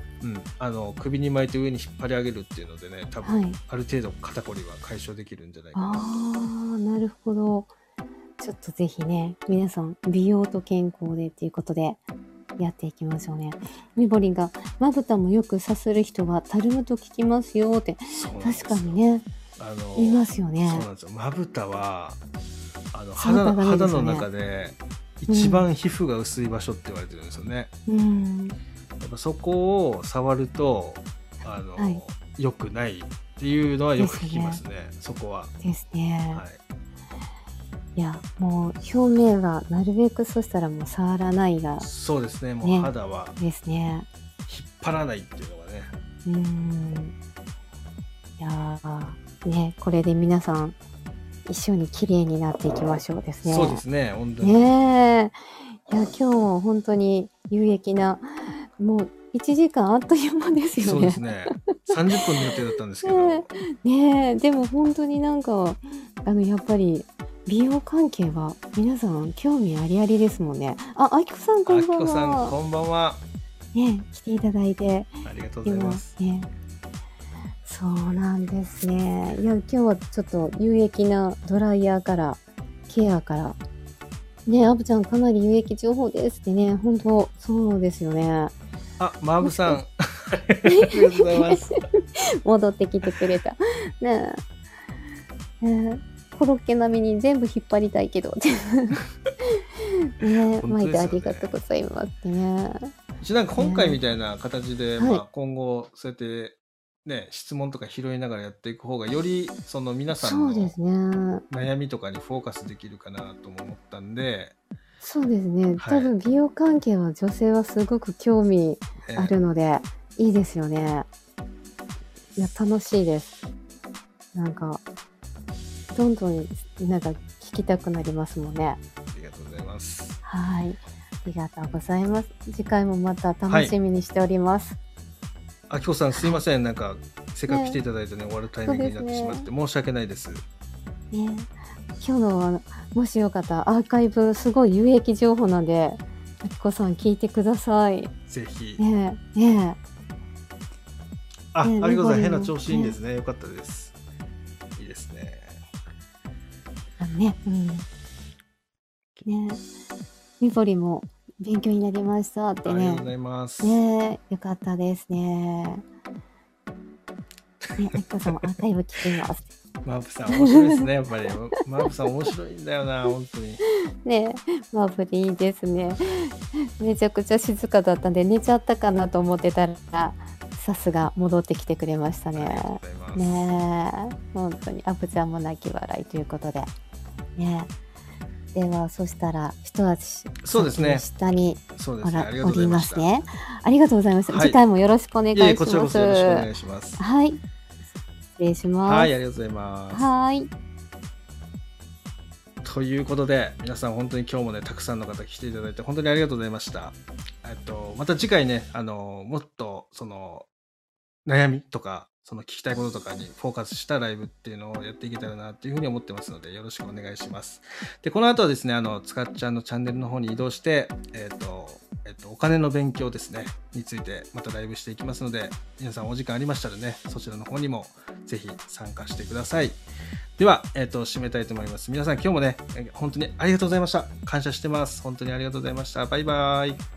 B: あの首に巻いて上に引っ張り上げるっていうのでね多分、
A: はい
B: ある程度肩こりは解消できるんじゃないか
A: あ
B: な
A: あ、なるほど。ちょっとぜひね、皆さん、美容と健康でっていうことで、やっていきましょうね。みぼりんが、まぶたもよくさする人は、たるむと聞きますよって、
B: そうなんです
A: 確
B: よ
A: かにね、
B: あの
A: いますよ
B: そう
A: ね
B: な。んですよまぶたはあの
A: そう
B: 肌の
A: まぶたがいいで
B: 肌
A: すよ
B: の
A: ね
B: 中で一番皮膚が薄い場所って言われてるんですよね、
A: うん。
B: やっぱそこを触るとあの、
A: はい
B: 良くないっていうのはよく聞きますねそこは、
A: ですね。
B: は
A: い、
B: い、
A: や、もう、表面は、なるべくそしたらもう触らないが、
B: そうですねも
A: ね
B: う肌は
A: ですね。
B: 引っ張らないっていうのがね
A: うーんいやーねこれで皆さん一緒に綺麗になっていきましょうですね。
B: そうですね本当に、
A: ねえいや今日も本当に有益なもう1時間あっという間ですよ
B: そう
A: ね
B: で。すね30分の予定だったんですけ
A: ね
B: ど
A: ねえでも本当になんかあのやっぱり美容関係は皆さん興味ありありですもんね。ああきこさんこ
B: あ
A: ん
B: き
A: ばん
B: こさん
A: は。
B: こんばんは
A: ねえ来ていただいて。
B: ありがとうござい
A: 今
B: ます
A: ね。そうなんですね。いや、今日はちょっと有益なドライヤーから、ケアから、ね、アブちゃんかなり有益情報ですってね、本当そうですよね。
B: あマーブさんありがとうございます
A: 戻ってきてくれた。ねえ。ねえコロッケ並みに全部引っ張りたいけ ど って。ねえ、
B: 本当ですよね
A: 巻いてありがとうございますってね。
B: 一応なんか今回みたいな形で、
A: はい
B: まあ、今後そうやってね質問とか拾いながらやっていく方がよりその皆さ
A: そ
B: ん
A: う
B: の
A: ですね。
B: 悩みとかにフォーカスできるかなとも思ったんで、
A: そうですね、
B: はい
A: 多分美容関係は女性はすごく興味
B: えー
A: あるので、いいですよねいや楽しいですなんかどんどんなんか聞きたくなりますもんね
B: ありがとうございます
A: はいありがとうございます次回もまた楽しみにしております、
B: あきこさんすいませんなんかせっかく来ていただいてね終わるタイミングになってしまって申し訳ないです
A: ね今日のはもしよかったらアーカイブすごい有益情報なんであきこさん聞いてください
B: ぜひ
A: ねえねえ
B: あ、
A: ね
B: ありがとうござ
A: ね
B: います。変な調子いいんですね。よかったです。いいですね。
A: あのね、うん。ね、みぼりも勉強になりましたっ
B: あ
A: て
B: りがとうご
A: ね。
B: ざいます。
A: ね、よかったですね。ね、あきこさんもアーカイブ聞きます。
B: マープさん面白いですね。やっぱりマープさん面白いんだよな。本当に。
A: ね、マーブリーですね。めちゃくちゃ静かだったんで寝ちゃったかなと思ってたら、さすが戻ってきてくれましたね。
B: ございます。
A: ねえ本当にアブちゃんも泣き笑いということでねえではそしたら一足
B: そうですね
A: 先に下に
B: そうで
A: お
B: すね。
A: ら
B: ありが
A: お
B: とうござい
A: り
B: ま
A: ま
B: し
A: す
B: た。
A: ねありがとうございました、
B: はい
A: 次回もよろしくお願いし
B: いえいえ
A: ま
B: こ
A: す
B: ちらこそよろしくお願いします。
A: はい失礼しま
B: はい、
A: す
B: ありがとうございます。
A: はい
B: ということで皆さん本当に今日もねたくさんの方来ていただいて本当にありがとうございました。えっとまた次回ねあのもっとその悩みとかその聞きたいこととかにフォーカスしたライブっていうのをやっていけたらなっていうふうに思ってますのでよろしくお願いします。でこの後はですねあのつかっちゃんのチャンネルの方に移動してえっとえっと、お金の勉強ですねについてまたライブしていきますので皆さんお時間ありましたらねそちらの方にもぜひ参加してください。では、えっ、と、締めたいと思います。皆さん、今日もね、えー本当にありがとうございました。感謝してます。本当にありがとうございました。バイバイ。